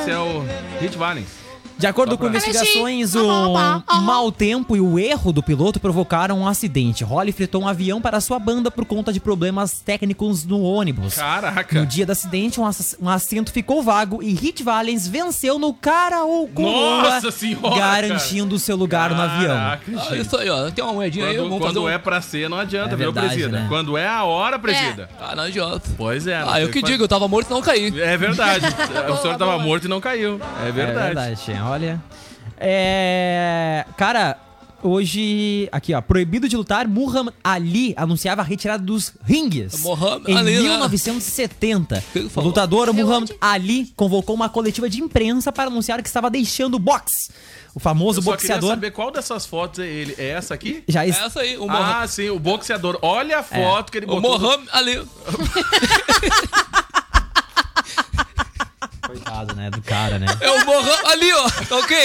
S11: Esse é o Hit Valens.
S13: De acordo com
S11: pra-
S13: investigações, o mau tempo e o erro do piloto provocaram um acidente. Holly fretou um avião para sua banda por conta de problemas técnicos no ônibus.
S11: Caraca.
S13: No dia do acidente, um, ass- um assento ficou vago e Hit Valens venceu no cara ou coroa,
S11: Nossa senhora,
S13: garantindo seu lugar no avião.
S11: Caraca, gente.
S5: Ah, Isso aí, ó. Tem uma moedinha aí,
S11: Quando,
S5: vamos
S11: quando
S5: fazer um...
S11: é pra ser, não adianta,
S13: É
S11: viu,
S13: verdade,
S11: presida?
S13: né?
S11: Quando é a hora, presida.
S5: Ah, não adianta.
S11: Pois é. não
S5: Ah, eu
S11: tem
S5: que
S11: fazer.
S5: digo, eu tava morto e não caí.
S11: É verdade. o senhor tava morto e não caiu. É
S13: É
S11: verdade.
S13: verdade, olha. É. Cara. Hoje, aqui ó, proibido de lutar, Muhammad Ali anunciava a retirada dos ringues.
S5: Muhammad
S13: em
S5: Ali, né?
S13: 1970,
S5: ele
S13: o
S5: falou?
S13: lutador Muhammad Ali convocou uma coletiva de imprensa para anunciar que estava deixando o boxe. O famoso
S11: Eu só queria
S13: boxeador
S11: saber qual dessas fotos é ele. É essa aqui?
S13: Já es-
S5: Essa aí, o Mohamed.
S11: Ah, sim, o boxeador. Olha a foto que ele
S5: o
S11: botou.
S5: Mohamed ali.
S13: Coitado, né? Do cara, né?
S5: É o Mohamed ali, ó. Tá ok?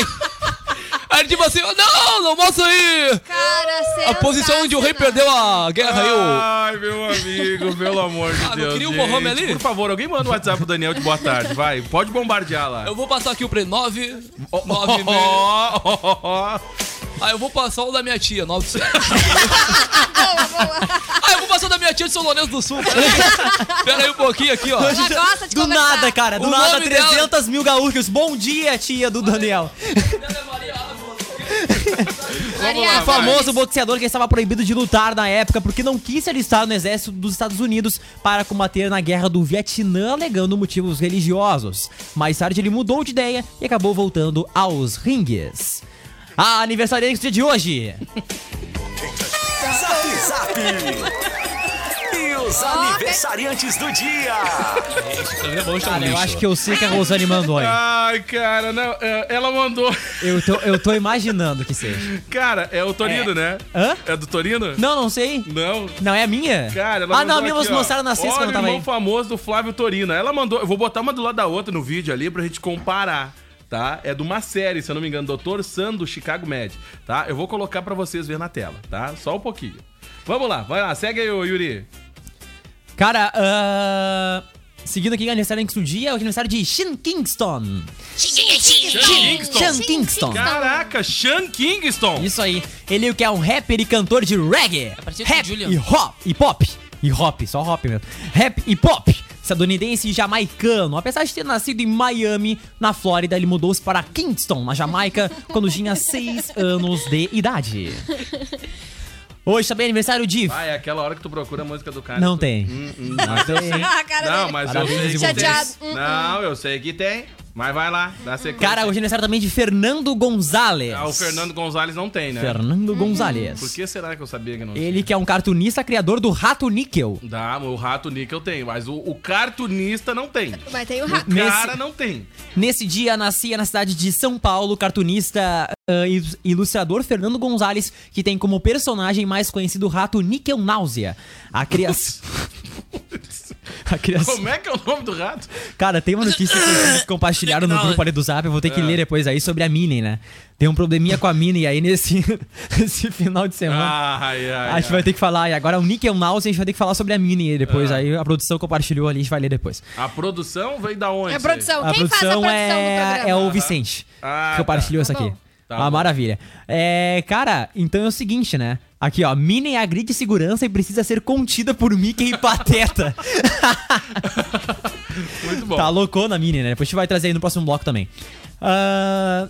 S5: Aí tipo assim, ó, não, não mostra aí.
S12: Cara,
S5: A posição onde o rei perdeu a guerra aí, o...
S11: Ai, meu amigo, pelo amor de
S5: não
S11: Deus.
S5: queria o
S11: gente.
S5: Mohamed ali?
S11: Por favor, alguém manda um WhatsApp pro Daniel de boa tarde, vai. Pode bombardear lá.
S5: Eu vou passar aqui o pre 9...
S11: Oh,
S5: 9
S11: oh, oh, oh.
S5: Ah, eu vou passar o da minha tia, 97. ah, eu vou passar o da minha tia de São Lourenço do Sul. Pera aí, Pera aí um pouquinho aqui, ó.
S12: Ela gosta de
S13: do
S12: conversar.
S13: nada, cara. Do
S5: O
S13: nada,
S5: nome dela-
S13: 300 mil gaúchos. Bom dia, tia do Daniel.
S12: Maria,
S13: O famoso boxeador que estava proibido de lutar na época porque não quis se alistar no exército dos Estados Unidos para combater na guerra do Vietnã, alegando motivos religiosos. Mais tarde ele mudou de ideia e acabou voltando aos ringues. Ah, aniversariante do dia de hoje!
S6: Ah. Zap Zap! E os aniversariantes do dia!
S11: É
S13: Cara, eu acho que eu sei que a Rosane mandou aí.
S11: Ai, cara, não, é, ela mandou.
S13: Eu tô, eu tô imaginando que seja.
S11: Cara, é o Torino, né?
S13: Hã?
S11: É do Torino?
S13: Não, não sei.
S11: Não.
S13: Não é a minha?
S11: Cara, ela
S13: ah, não, a minha
S11: mandou
S13: vocês
S11: aqui, ó.
S13: mostraram na sexta
S11: Olha
S13: quando eu tava
S11: o
S13: aí.
S11: irmão famoso do Flávio Torino. Ela mandou. Eu vou botar uma do lado da outra no vídeo ali pra gente comparar. tá? É de uma série, se eu não me engano, Doutor Sam do Chicago Med, tá? Eu vou colocar pra vocês ver na tela, tá? Só um pouquinho. Vamos lá, vai lá, segue aí, ô Yuri.
S13: Cara, ahn, seguindo aqui, aniversário em dia é o aniversário de Shin Kingston. Sean Kingston.
S11: Caraca, Sean Kingston.
S13: Isso aí. Ele que é um rapper e cantor de reggae.
S5: Apareceu com o
S13: Rap
S5: Julian.
S13: e hop. E pop. E hop, só hop mesmo. Rap e pop. Estadunidense e jamaicano. Apesar de ter nascido em Miami, na Flórida, ele mudou-se para Kingston, na Jamaica, quando tinha 6 anos de idade. Hoje também é aniversário de.
S11: Ah, é aquela hora que tu procura a música do cara.
S13: Não
S11: tu-
S13: tem.
S11: Hum, hum,
S13: Não
S11: eu
S13: tem.
S11: sei.
S13: A cara
S11: Não,
S13: dele.
S11: mas eu
S13: Parabéns
S11: sei que
S13: de vocês.
S11: tem.
S13: Hum,
S11: Não, eu sei que tem. Mas vai lá, dá sequência.
S13: Cara, hoje é aniversário também de Fernando Gonzalez.
S11: Ah, o Fernando Gonzalez não tem, né?
S13: Fernando Gonzalez.
S11: Por que será que eu sabia que não tinha?
S13: Ele que é um cartunista criador do Rato Níquel.
S11: Dá, o rato Nick eu tenho, mas o, o cartunista não tem.
S12: Mas tem o
S11: O
S12: rato.
S11: cara não tem.
S13: Nesse dia nascia na cidade de São Paulo o cartunista ah, e ilustrador Fernando Gonzalez, que tem como personagem mais conhecido o rato Níquel Náusea. A criação. A criação.
S11: Como é que é o nome do rato?
S13: Cara, tem uma notícia que eles compartilharam no grupo ali do Zap, eu vou ter
S11: É.
S13: que ler depois aí sobre a Minnie, né? Tem um probleminha com a Minnie aí nesse esse final de semana.
S11: Ai, Ah, ai, Ah.
S13: a gente vai ter que falar, e agora o Nickel Mouse, a gente vai ter que falar sobre a Minnie aí depois. Aí a produção compartilhou ali, a gente vai ler depois.
S11: A produção veio da onde?
S12: É a
S11: isso aí?
S12: produção.
S13: a
S12: Quem faz a
S13: produção
S12: produção do
S13: é,
S12: programa?
S13: é o Vicente.
S11: Ah,
S13: que compartilhou isso aqui.
S11: Tá
S13: Uma
S11: bom.
S13: maravilha. É, cara, então é o seguinte, né? Aqui, ó. Minnie agride segurança e precisa ser contida por Mickey e Pateta.
S11: Muito bom.
S13: Tá loucona a Minnie, né? Depois a gente vai trazer aí no próximo bloco também. Ahn,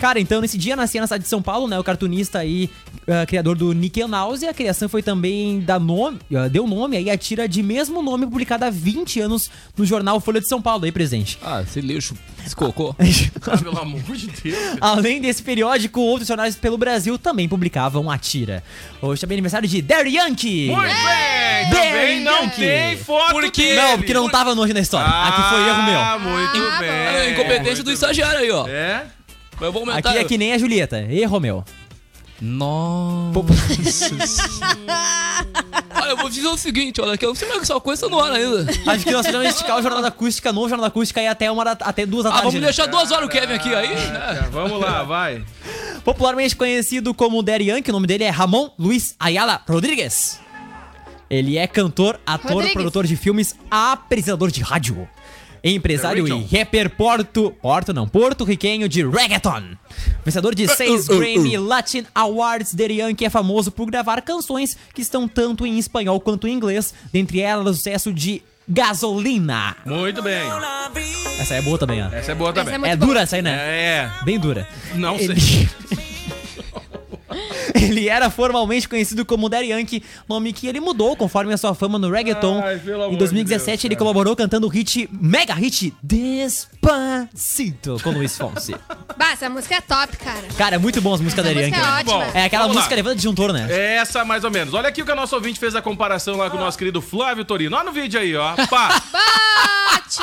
S13: Cara, então nesse dia nascia na cidade de São Paulo, né? O cartunista aí, ah, criador do Nick Nause. A criação foi também da nome, ah, deu nome aí à tira de mesmo nome publicada há 20 anos no jornal Folha de São Paulo, aí presente.
S5: Ah, esse lixo, esse cocô.
S11: Ah, pelo amor de Deus.
S13: Além desse periódico, outros jornais pelo Brasil também publicavam a tira. Hoje também é aniversário de Daddy Yankee!
S11: Muito bem! Também
S13: Daddy
S11: não
S13: Yankee.
S11: tem foto
S5: Porque-
S11: dele.
S13: Não, porque não tava no hoje na história. Aqui foi erro meu.
S5: tá.
S11: Ah, muito bem.
S5: É, incompetência do estagiário aí, ó.
S11: É?
S5: Mas eu vou aumentar.
S13: Aqui é que nem a Julieta. Erro meu.
S5: Nossa. olha, eu vou dizer o seguinte, olha, que eu não sei mais que só coisa no ar ainda.
S13: Acho que nós precisamos esticar o Jornal da Acústica, novo Jornal da Acústica, e até, uma da- até duas da
S5: Ah,
S13: tarde.
S5: vamos
S13: né?
S5: deixar duas horas o Kevin aqui aí, né?
S11: Tá, Vamos lá, vai.
S13: Popularmente conhecido como Daddy Yankee, o nome dele é Ramon Luiz Ayala Rodrigues. Ele é cantor, ator,
S12: Rodrigues.
S13: produtor de filmes, apresentador de rádio. Empresário
S11: The
S13: e
S11: Region.
S13: rapper porto... Porto não, porto-riquenho de reggaeton. Vencedor de seis Grammy Latin Awards, Daddy Yankee é famoso por gravar canções que estão tanto em espanhol quanto em inglês. Dentre elas, o sucesso de Gasolina.
S11: Muito bem.
S13: Essa aí é boa também, ó.
S11: Essa é boa também.
S12: é
S13: É
S12: muito
S13: dura essa aí, né?
S11: É,
S13: Bem dura.
S11: não sei.
S13: Ele... Ele era formalmente conhecido como Daddy Yankee, nome que ele mudou conforme a sua fama no reggaeton.
S11: Ai, pelo amor
S13: em 2017,
S11: de Deus,
S13: ele
S11: cara.
S13: colaborou cantando o hit, mega hit, Despacito, com Luiz Fonsi.
S12: Bah, essa música é top, cara.
S13: Cara, é muito bom as músicas da Daddy
S12: música
S13: Yankee.
S12: é
S13: né?
S12: ótima.
S11: Bom,
S13: É aquela
S11: Vamos lá.
S13: música levando disjuntor, né?
S11: Essa mais ou menos. Olha aqui o que o nosso ouvinte fez a comparação lá com o nosso querido Flávio Torino. Olha no vídeo aí, ó. Pá.
S12: Bate!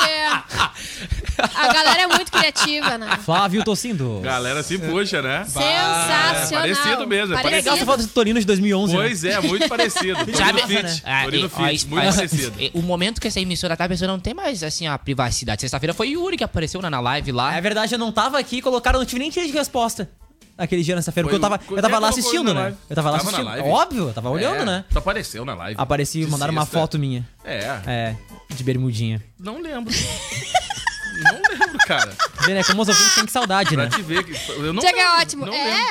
S12: A galera é muito criativa, né?
S13: Flávio Tocindo.
S11: Galera se puxa, né?
S12: Sensacional.
S11: É parecido mesmo, é
S13: Legal essa foto do Torino de 2011. né?
S11: Pois é, muito parecido.
S9: Sabe?
S11: Torino Fit.
S9: Ah,
S11: Torino
S9: e- ó,
S11: Fit,
S9: isso-
S11: muito
S9: ah,
S5: assim,
S11: parecido.
S5: é,
S9: e- O momento que essa emissora tá, a pessoa não tem mais, assim, a privacidade. Sexta-feira foi Yuri que apareceu
S5: né,
S9: na, na live lá.
S13: É verdade, eu não tava aqui, colocaram, não tive nem tiro de resposta. Aquele dia nessa feira,
S11: Foi
S13: porque eu tava, eu
S11: o-
S13: tava
S11: quem
S13: lá
S11: colocou
S13: assistindo,
S11: ele na
S13: né?
S11: live?
S13: Eu tava lá
S11: Tava na
S13: assistindo.
S11: live?
S13: Óbvio, eu tava olhando,
S11: É,
S13: né?
S11: Só apareceu na live.
S13: Apareci,
S11: De
S13: mandaram uma
S11: sexta.
S13: foto minha.
S11: É,
S13: É, de bermudinha.
S11: não lembro. não lembro, cara.
S13: Vê, né? Como os ouvintes têm que saudade, né?
S11: Pra te ver. que- Eu não
S12: Chega
S11: lembro,
S12: ótimo.
S11: não
S12: é.
S11: lembro.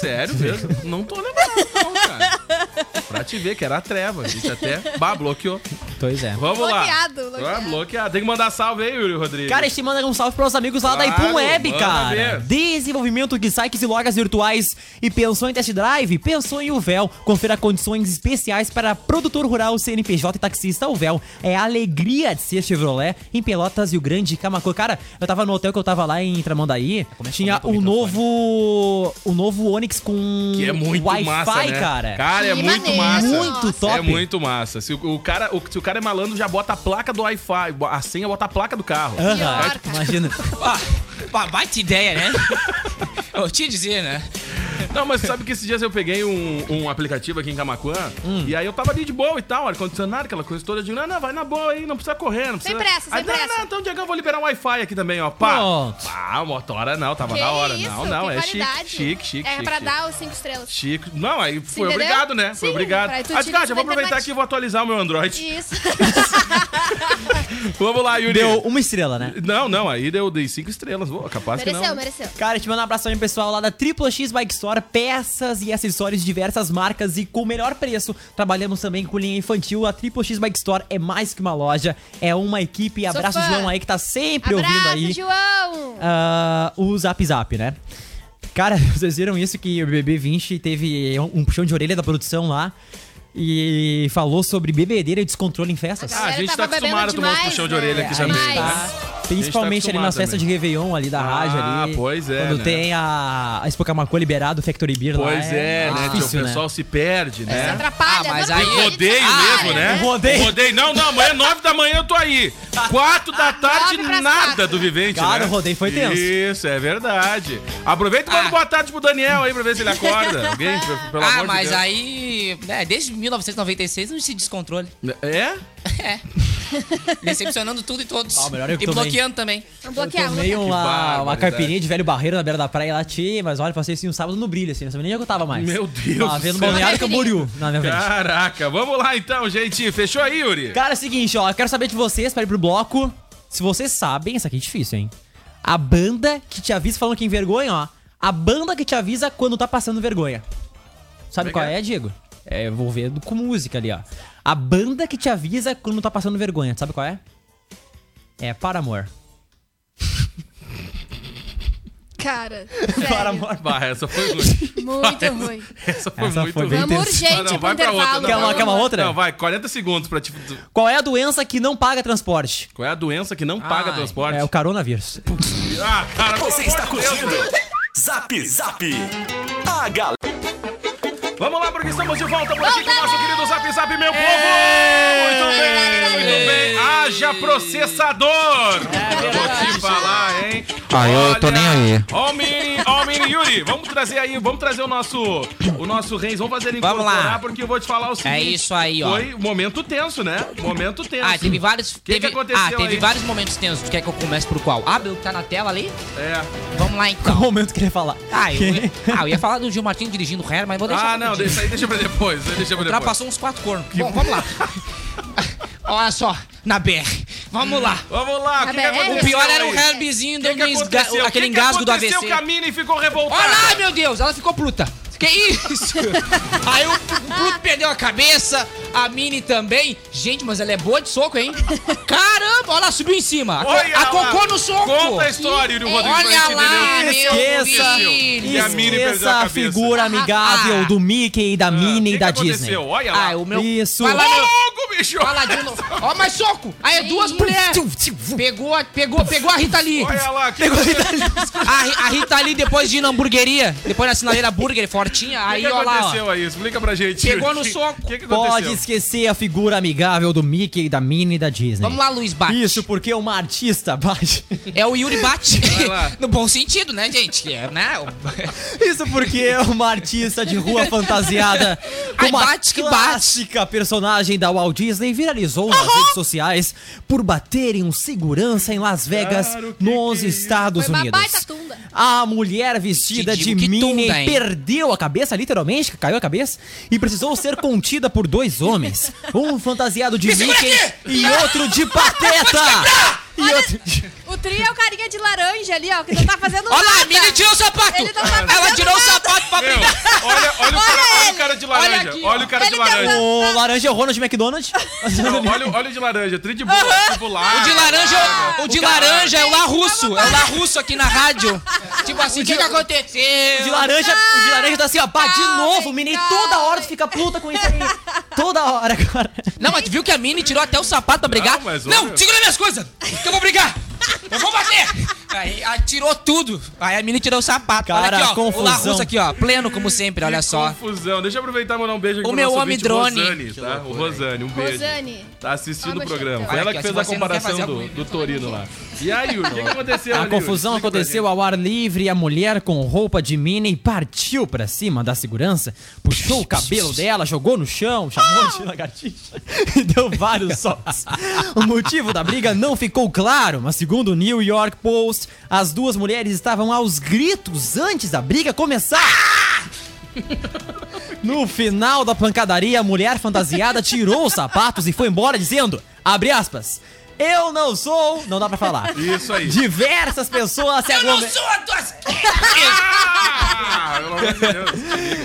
S11: Sério mesmo? Não tô lembrando, não, cara. Pra te ver que era a treva. Isso até. Bah, bloqueou.
S13: Pois é.
S11: Vamos
S12: Bloqueado,
S11: lá.
S12: bloqueado.
S11: Ah, bloqueado. Tem que mandar salve aí, Yuri Rodrigues.
S13: Cara, a gente manda um salve para os amigos lá da
S11: Claro,
S13: Ipum Web,
S11: manda
S13: cara.
S11: ver.
S13: Desenvolvimento de sites e lojas virtuais. E pensou em test drive? Pensou em Uvel. Confira condições especiais para produtor rural, CNPJ e taxista. Uvel é a alegria de ser Chevrolet em Pelotas e o Grande Camacô. Cara, eu tava no hotel que eu tava lá em Tramandaí.
S11: é
S13: tinha o novo. O novo Onix com
S11: Que é muito
S13: Wi-Fi,
S11: massa, né?
S13: cara.
S11: Cara, é
S12: Que
S11: muito
S12: maneiro.
S11: massa.
S13: Muito top.
S11: É muito massa. Se o, o cara, o- se o cara é malandro, já bota a placa do Wi-Fi. bo- A senha bota a placa do carro.
S13: Aham,
S12: Pior, cara.
S13: imagina.
S9: Ah, pá, baita ideia, né? Eu te dizer, né?
S11: Não, mas sabe que esses dias eu peguei um, um aplicativo aqui em Camacuã
S13: Hum.
S11: e aí eu tava ali de boa e tal, ar-condicionado, aquela coisa toda. Eu digo, não, não, vai na boa aí, não precisa correr, não
S12: Sem
S11: precisa.
S12: pressa, sem
S11: Aí, não,
S12: pressa.
S11: Não, não, então, Diego, eu vou liberar o Wi-Fi aqui também, ó. Pá!
S13: Pronto.
S11: Pá, motora não, tava
S12: Que
S11: na hora.
S12: isso,
S11: não, não,
S12: que
S11: é chique,
S12: qualidade.
S11: chique, chique.
S12: É
S11: chique,
S12: pra
S11: chique.
S12: dar os cinco estrelas.
S11: Chico. Não, aí foi
S12: entendeu?
S11: obrigado, né? foi
S12: Sim,
S11: obrigado.
S12: pra tu
S11: Ah,
S12: tirar
S11: Kátia, vou
S12: isso da
S11: aproveitar
S12: internet.
S11: aqui e vou atualizar o meu Android.
S12: Isso.
S11: Vamos lá, Yuri.
S13: Deu uma estrela, né?
S11: Não, não, aí deu dei cinco estrelas. Vou, capaz que
S12: Mereceu,
S11: não.
S12: mereceu.
S13: Cara, te mando um abraço aí, pessoal, lá da Triple X Bike Store, peças e acessórios de diversas marcas e com o melhor preço. Trabalhamos também com linha infantil. A Triple X Bike Store é mais que uma loja, é uma equipe.
S12: Sou
S13: Abraço,
S12: fã.
S13: João, aí que tá sempre ouvindo
S12: Abraço,
S13: aí.
S12: João!
S13: Ah, o Zap Zap, né? Cara, vocês viram isso que o BB 20 teve um um puxão de orelha da produção lá e falou sobre bebedeira e descontrole em festas.
S11: Ah, a gente
S12: tava
S11: tá
S12: bebendo
S11: acostumado a tomar uns
S12: demais,
S11: puxão de
S12: né?
S11: orelha aqui
S13: É,
S11: também,
S13: aí tá.
S11: né?
S13: Principalmente ali nas festas de Réveillon ali da rádio
S11: Ah,
S13: ali.
S11: pois é,
S13: Quando
S11: né?
S13: tem a, a Espocamacô liberado, o Factory Beer lá.
S11: Pois é, né? tio,
S13: Ah, difícil,
S11: o pessoal se perde, né?
S12: Se atrapalha, um
S5: Ah, mas
S12: normal,
S5: aí-
S12: ele
S11: Rodeio
S12: trabalha,
S11: mesmo, né?
S13: Rodeio.
S11: Rodeio. Não, não, amanhã 9 da manhã eu tô aí. 4 da tarde,
S12: nove pras
S11: nada
S12: quatro.
S11: do vivente.
S13: Cara,
S11: né?
S13: o rodeio foi tenso.
S11: Isso, é verdade. Aproveita e
S12: Ah.
S11: manda boa tarde pro Daniel aí pra ver se ele acorda. Alguém, p- pelo amor
S5: ah,
S11: de
S5: mas
S11: Deus.
S5: aí. né, desde 1996 não se descontrole.
S11: É?
S5: Decepcionando tudo e todos.
S13: Ah, o melhor é que
S5: e
S13: eu tomei.
S5: bloqueando também.
S12: Vamos bloquear, vamos
S13: Tomei um-
S12: bloquear.
S13: uma, uma
S11: barbaridade.
S13: caipirinha de velho barreiro na beira da praia lá, tchê, mas olha, passei assim um sábado no brilho, assim, não sabia nem onde eu tava mais.
S11: Meu Deus
S13: Tava
S11: do
S13: vendo
S11: céu.
S13: Balneário Camboriú é na minha frente.
S11: Caraca, vamos lá então, gente. Fechou aí, Yuri?
S13: Cara, é o seguinte, ó, eu quero saber de vocês, pra ir pro bloco. Se vocês sabem, isso aqui é difícil, hein? A banda que te avisa falando que envergonha, ó. A banda que te avisa quando tá passando vergonha. Sabe
S11: Como é
S13: qual
S11: que
S13: é, Diego? É, eu vou ver com música ali, ó. A banda que te avisa quando tá passando vergonha, sabe qual é? É Paramore.
S12: Cara,
S13: Paramore.
S11: Bah, essa foi ruim.
S12: muito ruim.
S11: Essa foi
S13: Essa
S11: muito
S13: foi
S11: ruim.
S13: bem
S12: Vamos
S13: tenso.
S12: urgente
S11: Ah,
S12: pro
S11: vai pra outra,
S12: intervalo.
S11: não,
S13: Quer uma,
S12: vamos.
S13: quer uma outra?
S11: Não, vai, 40 segundos pra te. tu-
S13: Qual é a doença que não paga transporte?
S11: Qual é a doença que não paga
S5: Ai.
S11: transporte?
S13: É o coronavírus.
S11: Ah, cara,
S6: Você
S11: pelo
S6: está
S11: amor de Deus,
S6: curtindo? Zap Zap. A galera.
S11: Vamos lá, porque estamos de volta por aqui com o nosso querido Zap Zap, meu povo!
S5: É.
S11: Muito bem, muito bem. Haja processador! Eu vou te falar, hein? Ah, eu tô nem aí. Ó o mini, ó o mini Yuri, vamos trazer aí, vamos trazer o nosso, o nosso Reis, vamos fazer ele
S5: Vamos lá. É
S11: incorporar, porque eu vou te falar o seguinte.
S5: isso aí, ó.
S11: Foi um momento tenso, né? Momento tenso.
S5: Ah, teve vários.
S11: que
S5: teve,
S11: aconteceu
S5: ah, teve
S11: aí?
S5: vários momentos tensos. Tu quer que eu comece por qual? Ah, Bel, tá na tela ali?
S11: É.
S5: Vamos lá
S13: Qual
S5: então.
S13: momento que ele ia falar?
S5: Ah, eu,
S13: Que-
S5: ah, eu ia falar do Gil Martins dirigindo o Hair, mas vou deixar.
S11: Ah, não,
S5: deixa.
S11: deixa aí, deixa pra depois, deixa pra depois.
S5: Ultrapassou uns quatro cornos. Bom, vamos lá. Olha só, na BR. Vamos lá.
S11: Vamos lá, o que, que
S12: BR?
S11: aconteceu?
S5: O pior era um o
S11: aí?
S5: Herbzinho
S11: O Então é que
S5: dando
S11: que
S5: um esga-
S11: aconteceu?
S5: aquele
S11: O que que
S5: engasgo do
S11: aconteceu
S5: AVC.
S11: que a Mina e ficou revoltada.
S5: Olha lá, meu Deus, ela ficou pluta. Que isso? Aí o Pluto perdeu a cabeça, a Mini também. Gente, mas ela é boa de soco, hein? Caramba, olha lá, subiu em cima. A, co-
S11: Olha
S5: a
S11: lá.
S5: cocô no soco.
S11: Conta a história, Yuri Rodrigo. pra
S5: Olha
S11: gente
S5: lá,
S11: entender o que
S5: meu
S11: aconteceu.
S5: filho.
S11: E a Mini perdeu a
S13: Esqueça a
S11: cabeça.
S13: figura amigável
S5: Ah.
S13: do Mickey, da
S11: O
S13: Minnie
S11: que
S13: e da
S11: que
S13: Disney.
S11: aconteceu? Olha lá.
S5: Ah, o meu.
S13: Isso.
S5: Vai lá,
S11: Ô,
S5: meu.
S11: louco, bicho.
S5: Vai lá de novo. Ó, mais soco. Aí é duas mulheres. Pegou, a- pegou, pegou a Rita Lee.
S11: Olha lá. Que...
S5: A, Ri- a Rita ali depois de ir na hamburgueria, depois na sinaleira burger, fortinha,
S11: O que
S5: aí
S11: que
S5: ó lá,
S11: aconteceu aí? Explica pra gente.
S5: Pegou no
S11: O que-
S5: soco.
S11: O que, que
S13: Pode
S11: aconteceu?
S13: esquecer a figura amigável do Mickey, da Minnie e da Disney.
S5: Vamos lá, Luiz Bate.
S13: Isso porque é uma artista bate.
S5: É o Yuri Bate.
S11: Vai lá.
S5: no bom sentido, né, gente? Que É, né? o-
S13: Isso porque é uma artista de rua fantasiada com
S5: Ai,
S13: uma
S5: bate que bate.
S13: clássica personagem da Walt Disney viralizou nas redes sociais por bater em um segurança em Las Vegas,
S11: Claro, que
S13: nos
S11: que é isso?
S13: Estados
S12: Foi uma
S13: Unidos.
S12: baita tunda.
S13: A mulher vestida
S5: Te
S13: de
S5: digo que
S13: Minnie
S5: tunda, hein?
S13: perdeu a cabeça, literalmente, caiu a cabeça, e precisou ser contida por dois homens. Um fantasiado de Mickey e outro de Pateta.
S5: Ah!
S13: E outro...
S12: O trio é o carinha de laranja ali, ó, que não tá fazendo
S5: Olha lá,
S12: nada.
S5: a Mini tirou o sapato.
S12: Ele não tá
S5: Ela
S12: fazendo
S5: tirou o
S12: nada.
S5: sapato pra
S11: Meu,
S5: brigar.
S11: olha, olha, o cara, olha o cara de laranja. Olha,
S5: Olha aqui,
S11: o cara de
S12: Ele tá
S11: laranja.
S13: O laranja é o Ronald McDonald.
S11: Não, olha, o- olha o de laranja. Tri de boa, tipo lá.
S5: O de laranja, é o- o de laranja é o lá russo. É o lá russo aqui na rádio. Tipo assim, o que, que aconteceu?
S13: O de laranja, o de laranja tá assim, ó, pá, de
S12: Calma,
S13: novo, menino,
S12: calma.
S13: toda hora tu fica puta com isso aí. Toda hora, cara.
S5: Não, mas tu viu que a Mini tirou até o sapato pra brigar?
S11: mas
S5: Não,
S11: olha-
S5: segura minhas coisas, que eu vou brigar. Eu vou bater. Aí aí tirou tudo. Aí a menina tirou o sapato.
S11: Cara,
S5: olha aqui, ó.
S11: confusão.
S5: O Larusso aqui, ó. Pleno como sempre, olha
S11: Que
S5: só.
S11: Confusão. Deixa eu aproveitar e mandar um beijo aqui
S5: O
S11: pro
S5: meu
S11: nosso
S5: homem
S11: ouvinte,
S5: drone.
S11: Rosane,
S5: Que
S11: tá? O
S5: loucura,
S11: Rosane, um beijo.
S12: Rosane.
S11: Tá assistindo
S12: Ó,
S11: o
S12: meu
S11: programa.
S12: chapéu.
S11: Foi ela
S5: Olha
S11: que
S5: aqui, ó,
S11: fez a
S5: se você não quer fazer
S11: comparação do,
S5: alguma
S11: do Torino lá. E aí, Yuri, o que, que aconteceu
S13: A
S11: ali, Yuri?
S13: confusão
S11: Explica pra
S13: aconteceu ao ar livre. A mulher com roupa de mini partiu pra cima da segurança, puxou o cabelo dela, jogou no chão, chamou de lagartixa e deu vários socos. O motivo da briga não ficou claro, mas segundo o New York Post, as duas mulheres estavam aos gritos antes da briga começar. No final da pancadaria, a mulher fantasiada tirou os sapatos e foi embora dizendo, abre aspas, eu não sou, não dá pra falar.
S11: Isso aí.
S13: Diversas pessoas se
S5: Eu não
S13: aglomeram.
S5: sou a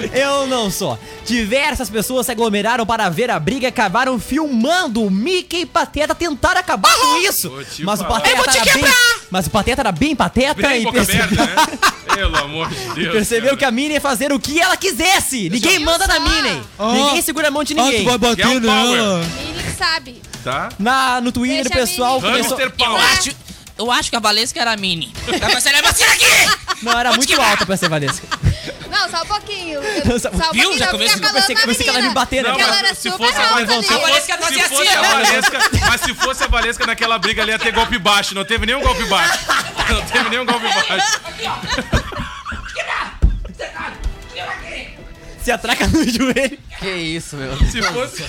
S5: tua
S13: Eu não sou. Diversas pessoas se aglomeraram para ver a briga e acabaram filmando o Mickey e Pateta tentar acabar com isso. Mas o
S11: falar.
S13: Pateta
S11: Eu vou te
S13: era bem, mas o Pateta era bem pateta
S11: Bem
S13: e
S11: boca
S13: percebeu,
S11: aberta, né? Pelo amor de Deus.
S13: percebeu que a Minnie ia fazer o que ela quisesse. Ninguém manda na Minnie. ninguém segura a mão de
S11: Ah, tu
S13: ninguém.
S11: vai bater Que é um power. nela.
S12: Ele que sabe.
S11: Tá?
S13: Na, no Twitter, o pessoal começou...
S5: Eu acho, eu acho que a Valesca era a Mini. Tá com essa leva assim aqui!
S13: Não, era muito alta pra ser Valesca.
S12: Não, só um pouquinho.
S13: Não,
S12: Só
S13: só-
S12: um pouquinho.
S13: Viu? Já
S12: não,
S13: começou-
S12: fica
S13: pensei-
S12: calando na
S13: pensei que ela ia me
S12: menina.
S13: bater, né?
S12: Porque
S13: Não,
S12: ela
S13: mas
S12: era
S11: se
S12: super
S11: fosse a
S12: alta
S11: Valesca-
S5: A
S12: ali.
S5: Valesca
S11: Se
S5: fazia assim,
S11: fosse a Valesca, mas se fosse a Valesca naquela briga ali ia ter golpe baixo. Não teve nenhum golpe baixo. Não teve nenhum golpe baixo.
S13: Se atraca no joelho.
S14: Que isso, meu.
S11: Se fosse...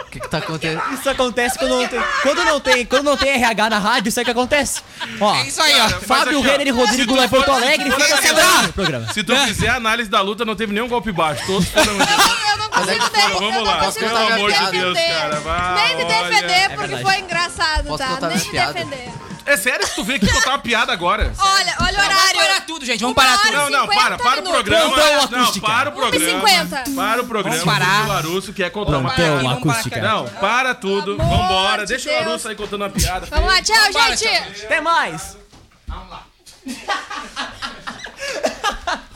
S14: O que, que tá acontecendo?
S13: Isso acontece quando não tem, quando não tem, quando não tem RH na rádio, isso é que acontece. Ó,
S5: É isso aí, ó.
S13: Fábio
S11: aqui, ó,
S13: Renner e Rodrigo lá em Porto Alegre, fica sem
S11: Se
S13: bravo.
S11: tu- Se tu fizer a análise da luta, não teve nenhum golpe baixo. Todos foram. Vamos lá,
S12: consigo
S11: pelo
S12: saber
S11: amor de
S12: piada.
S11: Deus, cara. vai,
S12: Nem se
S11: olha.
S13: É
S12: defender, porque foi engraçado,
S11: Posso
S12: tá?
S11: contar
S12: Nem
S11: minha
S12: se
S11: piada?
S12: defender.
S11: É sério que tu veio aqui contar uma piada agora?
S12: Olha, olha o horário. Vamos parar
S5: tudo, gente. Vamos
S11: parar tudo. Não, não, para, para o programa. Não, para o programa.
S12: 50.
S11: Para o programa
S5: Vamos parar.
S11: do Larusso, que é contar uma
S13: Plantão
S11: piada.
S13: acústica.
S11: Não, para tudo.
S12: Pelo amor
S11: Vambora.
S12: de
S11: Deixa o
S12: Deus.
S11: Larusso aí contando uma piada.
S12: Vamos lá, tchau,
S5: Vambora,
S12: gente.
S13: Até mais.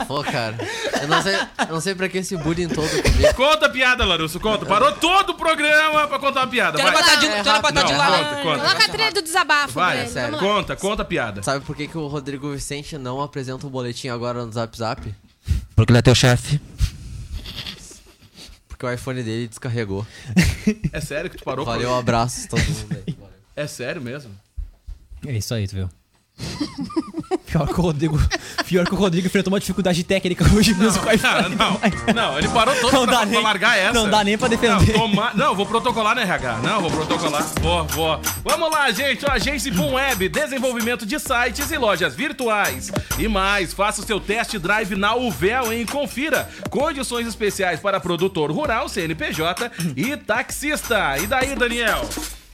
S14: Pô, cara. Eu não sei, eu não sei pra que esse bullying todo.
S11: Conta a piada, Larusso, conta. Parou todo o programa pra contar uma piada.
S14: Quero
S11: vai.
S5: tá
S14: botar de-
S11: Não, é
S14: quero botar de
S11: não,
S14: lado.
S11: Conta, conta.
S12: Coloca a trilha do desabafo, Breno. Vamos lá.
S11: Conta, conta a piada.
S14: Sabe por que, que o Rodrigo Vicente não apresenta o boletim agora no Zap Zap?
S5: Porque ele é teu chefe.
S14: Porque o iPhone dele descarregou.
S11: É sério que tu parou?
S14: Valeu,
S11: Paulo?
S14: abraço todo mundo aí.
S11: É sério mesmo?
S13: É isso aí, tu viu? Pior que o Rodrigo, pior que o Rodrigo enfrentou uma dificuldade técnica hoje mesmo com a
S11: Cara, não, não, ele parou todo
S13: Não
S11: pra,
S13: dá
S11: pra
S13: nem-
S11: largar essa.
S13: não dá nem pra defender.
S11: Não, toma- não, vou protocolar no RH. Não, vou protocolar. Vou, vou. Vamos lá, gente. Ó, Agência Boom Web, desenvolvimento de sites e lojas virtuais. E mais, faça o seu test drive na Uvel, hein? Confira. Condições especiais para produtor rural, CNPJ e taxista. E daí, Daniel?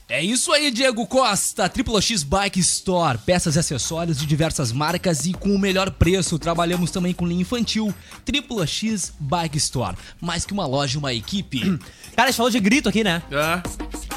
S5: É isso aí, Diego Costa, Triplo X Bike Store, peças e acessórios de diversas marcas e com o melhor preço. Trabalhamos também com linha infantil, Triplo X Bike Store, mais que uma loja, uma equipe.
S13: Cara, a gente falou de grito aqui, né?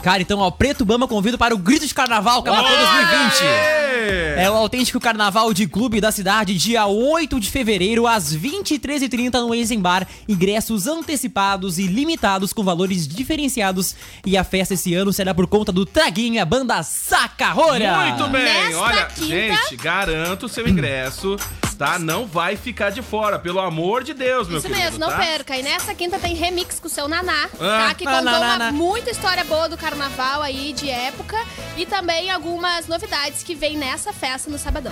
S13: Cara, então, ó, Preto Bama convido para o Grito de Carnaval, Carnaval 2020. É o autêntico carnaval de clube da cidade, dia 8 de fevereiro, às 23h30 no Eisenbar. Ingressos antecipados e limitados com valores diferenciados. E a festa esse ano será por conta do Traguinha Banda Sacarrora.
S11: Muito bem,
S13: Nesta
S11: olha,
S13: quinta-
S11: gente, garanto o seu ingresso, tá? Não vai ficar de fora, pelo amor de Deus, meu
S12: Isso
S11: querido,
S12: mesmo, não
S11: tá?
S12: perca. E nessa quinta tem remix com o seu Naná,
S11: Ah.
S12: tá? Que
S11: Naná,
S12: contou uma
S11: Naná.
S12: muita história boa do carnaval aí, de época. E também algumas novidades que vem nessa festa no sabadão.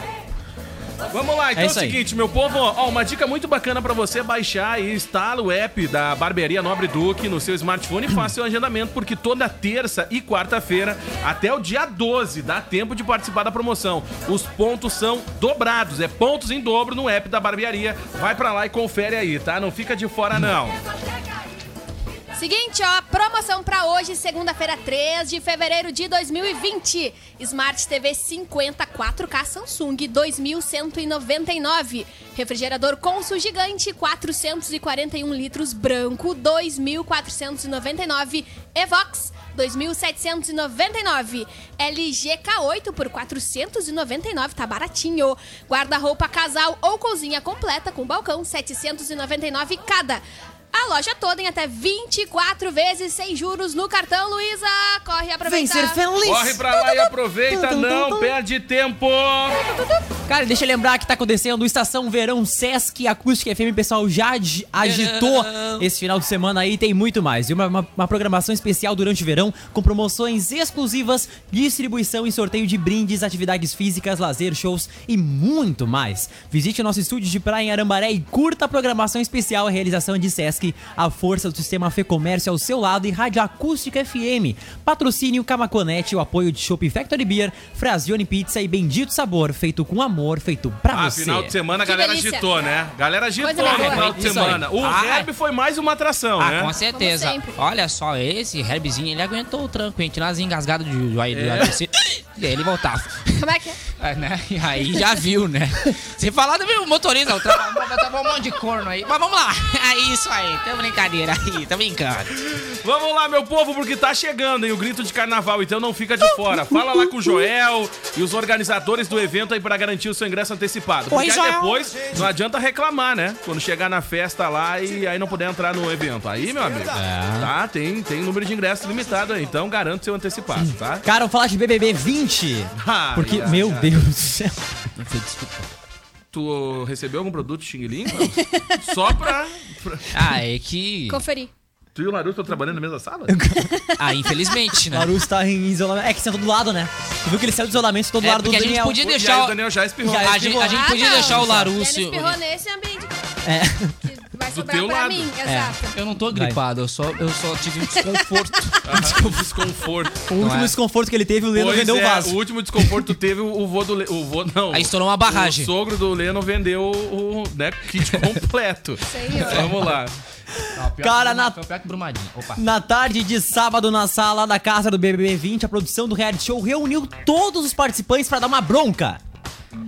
S11: Vamos lá, então é,
S13: É
S11: o
S13: isso aí.
S11: seguinte, meu povo, ó, uma dica muito bacana pra você baixar e instala o app da Barbearia Nobre Duque no seu smartphone e faça seu agendamento, porque toda terça e quarta-feira, até o dia 12, dá tempo de participar da promoção. Os pontos são dobrados, é pontos em dobro no app da barbearia. Vai pra lá e confere aí, tá? Não fica de fora, não.
S12: Seguinte, ó, promoção pra hoje, segunda-feira, 3 de fevereiro de 2020. Smart TV 50 4K Samsung 2199. Refrigerador Consul Gigante 441 litros branco 2499. Evox 2.799. LG K8 por 499, tá baratinho. Guarda-roupa casal ou cozinha completa com balcão, 799 cada. A loja toda em até 24 vezes sem juros no cartão, Luísa. Corre aproveitar.
S11: Corre pra lá e aproveita, não perde tempo.
S13: Cara, deixa eu lembrar que tá acontecendo Estação Verão Sesc Acústica FM, pessoal, já agi- agitou esse final de semana aí, tem muito mais. E uma, uma- uma programação especial durante o verão, com promoções exclusivas, distribuição e sorteio de brindes, atividades físicas, lazer, shows e muito mais. Visite o nosso estúdio de praia em Arambaré e curta a programação especial, a realização de Sesc, a força do sistema Fê Comércio ao seu lado e Rádio Acústica FM. Patrocínio Camaconete, o apoio de Shop Factory Beer, Frazione Pizza e Bendito Sabor, feito com amor, feito pra
S11: Ah,
S13: você.
S11: final de semana a
S13: Que
S11: galera
S13: delícia.
S11: agitou, né? Galera agitou
S13: Coisa
S11: no
S13: boa.
S11: final de
S13: Isso
S11: semana.
S13: aí.
S11: O
S13: Ah,
S11: Herb foi mais uma atração,
S5: Ah,
S11: né?
S5: com certeza.
S11: Como sempre.
S5: Olha só, esse Herbzinho, ele aguentou o tranco, hein? Tinha umas engasgadas assim, de, de, de ADC. E aí ele voltava.
S12: Como é que é?
S5: Ah, né? E aí já viu, né? Sem falar também o motorista, o tra- botava um monte de corno aí. Mas vamos lá. É isso aí, tá brincadeira aí, tá brincando.
S11: Vamos lá, meu povo, porque tá chegando, hein? O grito de carnaval, então não fica de fora. Fala lá com o Joel e os organizadores do evento aí pra garantir o seu ingresso antecipado. Porque aí
S5: Oi, Joel.
S11: depois não adianta reclamar, né? Quando chegar na festa lá e aí não puder entrar no evento. Aí, meu amigo,
S13: É.
S11: tá, tem, tem número de ingressos limitado aí, então garanto seu antecipado, tá?
S13: Cara, eu vou falar de BBB 20.
S11: Ah,
S13: porque,
S11: já,
S13: meu
S11: já.
S13: Deus do céu.
S11: Tu recebeu algum produto xinguilinho? Só pra, pra...
S5: Ah, é que...
S12: Conferir.
S11: Tu e o Naruto estão trabalhando na mesma sala?
S5: Ah, infelizmente, né?
S13: O Larus tá em isolamento. É que sentou do lado, né? Tu viu que ele saiu do isolamento todo
S5: É,
S13: lado do
S5: porque a
S13: Daniel.
S5: gente podia deixar o- é. A gente, a
S12: Ah,
S5: gente podia deixar o
S12: Ele
S5: Larúcio...
S12: espirrou nesse ambiente.
S13: É.
S12: Vai sobrar pra mim, exato.
S5: Eu não tô gripado, eu só, eu só tive um desconforto.
S13: O
S11: desconforto.
S13: último
S5: é.
S13: desconforto que ele teve, o Leno
S11: Pois
S13: vendeu
S11: é,
S13: o vaso.
S11: O último desconforto teve o, o vô do Le... o vô, não. Aí
S5: estourou uma barragem.
S11: O sogro do Leno vendeu o, o, né, kit completo. Vamos lá.
S13: Cara, na-
S5: Foi pior que Brumadinho. Opa.
S13: Na tarde de sábado, na sala da casa do BBB 20, a produção do reality show reuniu todos os participantes pra dar uma bronca.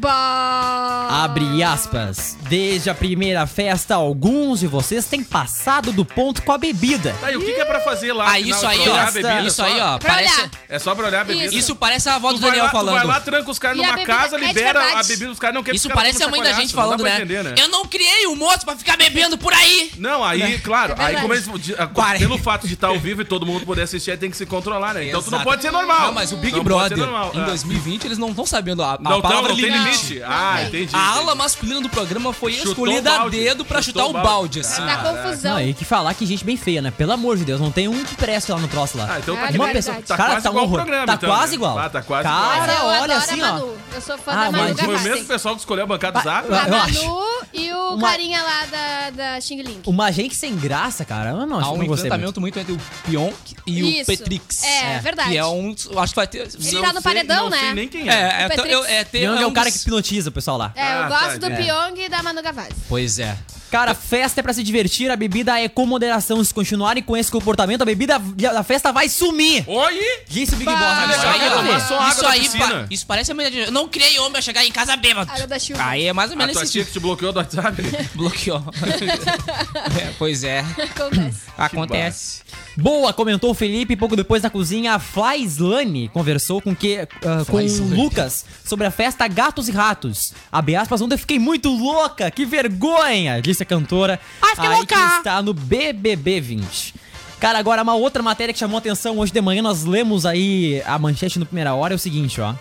S12: Bah.
S13: Abre aspas. Desde a primeira festa, alguns de vocês têm passado do ponto com a bebida.
S11: Tá, e o que, que é pra fazer lá?
S13: Ah, isso
S11: afinal?
S13: aí,
S11: É
S13: ó.
S11: pra olhar a bebida
S13: Isso
S11: só?
S13: aí, ó, Pra parece- olhar.
S11: É só pra olhar a bebida.
S5: Isso. Isso parece a avó
S11: Tu
S5: do
S11: vai
S5: Daniel
S11: lá- tu
S5: falando.
S11: vai lá, tranca os caras
S5: E a
S11: numa
S5: bebida
S11: casa,
S5: é de
S11: libera
S5: verdade.
S11: a bebida dos caras. Não quer
S5: Isso parece a mãe da gente falando, né? Eu não criei o moço pra ficar bebendo por aí.
S11: Não, aí, claro,
S5: É
S11: aí
S5: verdade.
S11: como eles, de- a- pelo fato de estar ao vivo e todo mundo poder assistir, tem que se controlar, né? Então tu não
S5: Exato.
S11: pode ser normal.
S5: Não, Ah, mas o Big
S11: Não pode ser
S5: Brother,
S11: normal,
S5: em
S11: é.
S5: 2020, eles não estão sabendo a, a
S11: Não tão,
S5: palavra
S11: não tem limite. Ah, entendi,
S5: A
S11: entendi.
S5: ala masculina do programa foi
S11: Chutou
S5: escolhida
S11: o
S5: a
S11: balde.
S5: dedo pra
S11: Chutou
S5: chutar
S11: o
S5: o
S11: balde.
S5: balde, assim.
S12: Tá confusão.
S13: Não, e que falar que gente bem feia, né? Pelo amor de Deus, não tem um que preste lá no troço lá.
S11: Ah, então
S12: tá
S13: uma
S12: quase-
S13: pessoa.
S12: tá
S13: cara,
S11: quase
S13: tá um
S11: igual o
S13: horror.
S11: programa,
S13: tá
S11: então,
S13: quase
S11: né?
S13: igual.
S11: Ah, tá quase
S13: Cara,
S12: Mas eu
S13: olha
S12: adoro
S13: assim,
S12: a
S13: ó.
S12: Manu. Eu sou fã
S13: Ah,
S12: da Manu
S13: mas
S11: Foi o
S12: Gavassi.
S11: mesmo pessoal que escolheu a bancada do Zap?
S13: eu
S12: A
S13: acho.
S12: Manu e o
S13: Uma-
S12: carinha lá da, da Xing Ling.
S13: Uma gente sem graça, cara. Eu não,
S5: Há
S13: acho que
S5: um
S13: não gostei muito.
S5: enfrentamento muito entre o Pionk e
S12: Isso.
S5: o Petrix.
S12: É, É. verdade.
S5: Que é um. dos- eu Acho que vai ter.
S12: Ele tá no paredão,
S5: É, é,
S12: né? O
S5: então,
S12: Petrix.
S5: eu, é, ter-
S13: Pyong é
S5: um
S13: o cara
S5: dos-
S13: que hipnotiza o pessoal lá.
S12: É,
S5: Ah,
S12: eu gosto
S5: tá,
S12: do
S13: É.
S12: Pyong e da Manu Gavassi.
S5: Pois é.
S13: Cara, festa é pra se divertir, a bebida é com moderação. Se continuarem com esse comportamento, a bebida da festa vai sumir.
S11: Oi!
S13: Disse o Big
S5: Bah,
S13: Boss. agora.
S5: isso aí,
S13: Vai
S5: ó,
S13: ver.
S5: isso aí pa- isso parece a mulher de. Eu não criei homem a chegar em casa bêbado.
S12: Água da chuva.
S5: Aí é mais ou
S11: A
S5: menos
S11: tua
S5: esse
S11: tia
S5: tipo.
S11: que te bloqueou do WhatsApp?
S5: Bloqueou. É, pois é.
S12: Acontece.
S5: Acontece.
S13: Boa, comentou o Felipe pouco depois na cozinha. A Fly Slane conversou com, que, ah, com o Lucas sobre a festa Gatos e Ratos. Abre aspas, ontem eu fiquei muito louca, que vergonha, disse a cantora. Ai, fiquei louca! está no BBB 20. Cara, agora uma outra matéria que chamou atenção hoje de manhã. Nós lemos aí a manchete no primeira hora. É o seguinte, ó.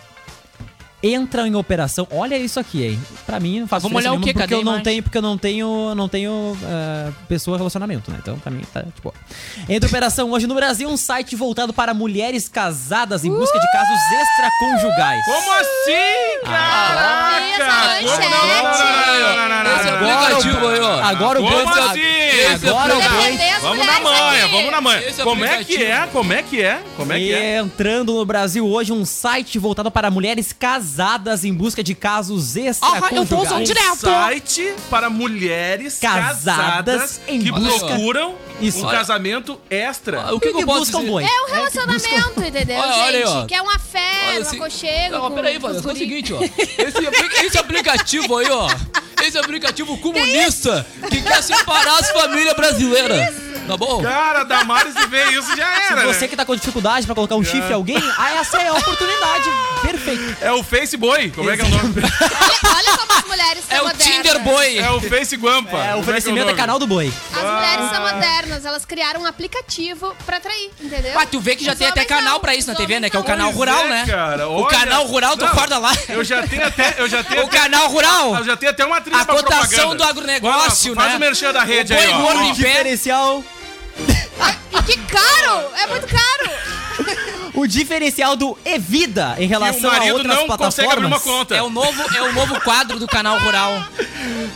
S13: Entram em operação. Olha isso aqui, hein? Pra mim não faz
S5: Vamos olhar
S13: diferença
S5: o
S13: nenhuma,
S5: quê?
S13: Porque
S5: Cadê a
S13: eu não
S5: imagem?
S13: tenho, porque eu não tenho, não tenho ah, pessoa relacionamento, né? Então, pra mim, tá tipo. Entra em operação hoje no Brasil um site voltado para mulheres casadas em busca de casos extraconjugais.
S11: Como assim,
S13: é
S11: caraca? Como não, não, não, não, não, não, não,
S12: é
S11: não, não,
S13: Ah.
S11: não.
S13: Agora
S5: aplicativo aí, ó.
S13: Agora o tá
S11: Como
S13: Bento-
S11: assim?
S13: Esse
S11: Agora o
S12: Tá.
S13: aplicativo-
S11: Bento- Vamos na manha, vamos na manha.
S13: Esse
S11: Como é que
S13: aplicativo-
S11: é? Como é que é? Como é que é?
S13: Entrando no Brasil hoje um site voltado para mulheres casadas em busca de casos extraconjugais.
S11: site para mulheres casadas,
S13: Casadas em
S11: que
S13: busca.
S11: procuram
S13: Isso.
S11: um
S13: Olha.
S11: casamento extra.
S5: Ah, O que, que eu posso dizer?
S12: É um relacionamento, entendeu,
S5: Olha, olha aí,
S12: gente?
S5: ó. assim.
S12: que é um afé, um aconchego.
S5: Não,
S12: com-
S5: peraí,
S12: com os
S5: Vanessa, é o
S12: guri.
S5: seguinte, ó. Esse, apli- esse aplicativo aí, ó. Esse aplicativo comunista que, quer separar as famílias brasileiras. Tá bom?
S11: Cara, Damares e ver isso já era. né?
S13: Se você que tá com dificuldade pra colocar um chifre em alguém, ah, essa é a oportunidade. Perfeito.
S11: É o Face Boy. Como é que é o nome?
S12: Olha como as mulheres são
S11: É o
S12: modernas.
S11: Tinder Boy. É o Face Guampa.
S13: É, o oferecimento é, canal do boi.
S12: As mulheres
S5: Ah.
S12: são modernas, elas criaram um aplicativo pra atrair, entendeu?
S5: Ah, tu vê que já
S12: Os
S5: tem até
S12: homens
S5: canal
S12: não,
S5: pra isso na
S12: os
S5: TV, né? Que é o
S12: homens
S5: canal
S11: Pois
S5: rural,
S11: é,
S5: né?
S11: cara,
S5: o
S11: olha.
S5: canal rural, tu
S11: Não,
S5: acorda lá.
S11: Eu já tenho até. Eu já tenho
S5: O canal rural.
S11: Eu já tenho até uma trilha
S5: A
S11: pra
S5: cotação
S11: propaganda.
S5: do agronegócio,
S11: Vai lá, Faz
S5: né?
S11: o merchan da rede
S5: O boi
S11: aí, ó.
S5: gordo em pé.
S13: Diferencial.
S12: E que caro! É muito caro!
S13: O diferencial do Evida em relação a outras plataformas.
S5: É o novo, é o novo quadro do canal rural.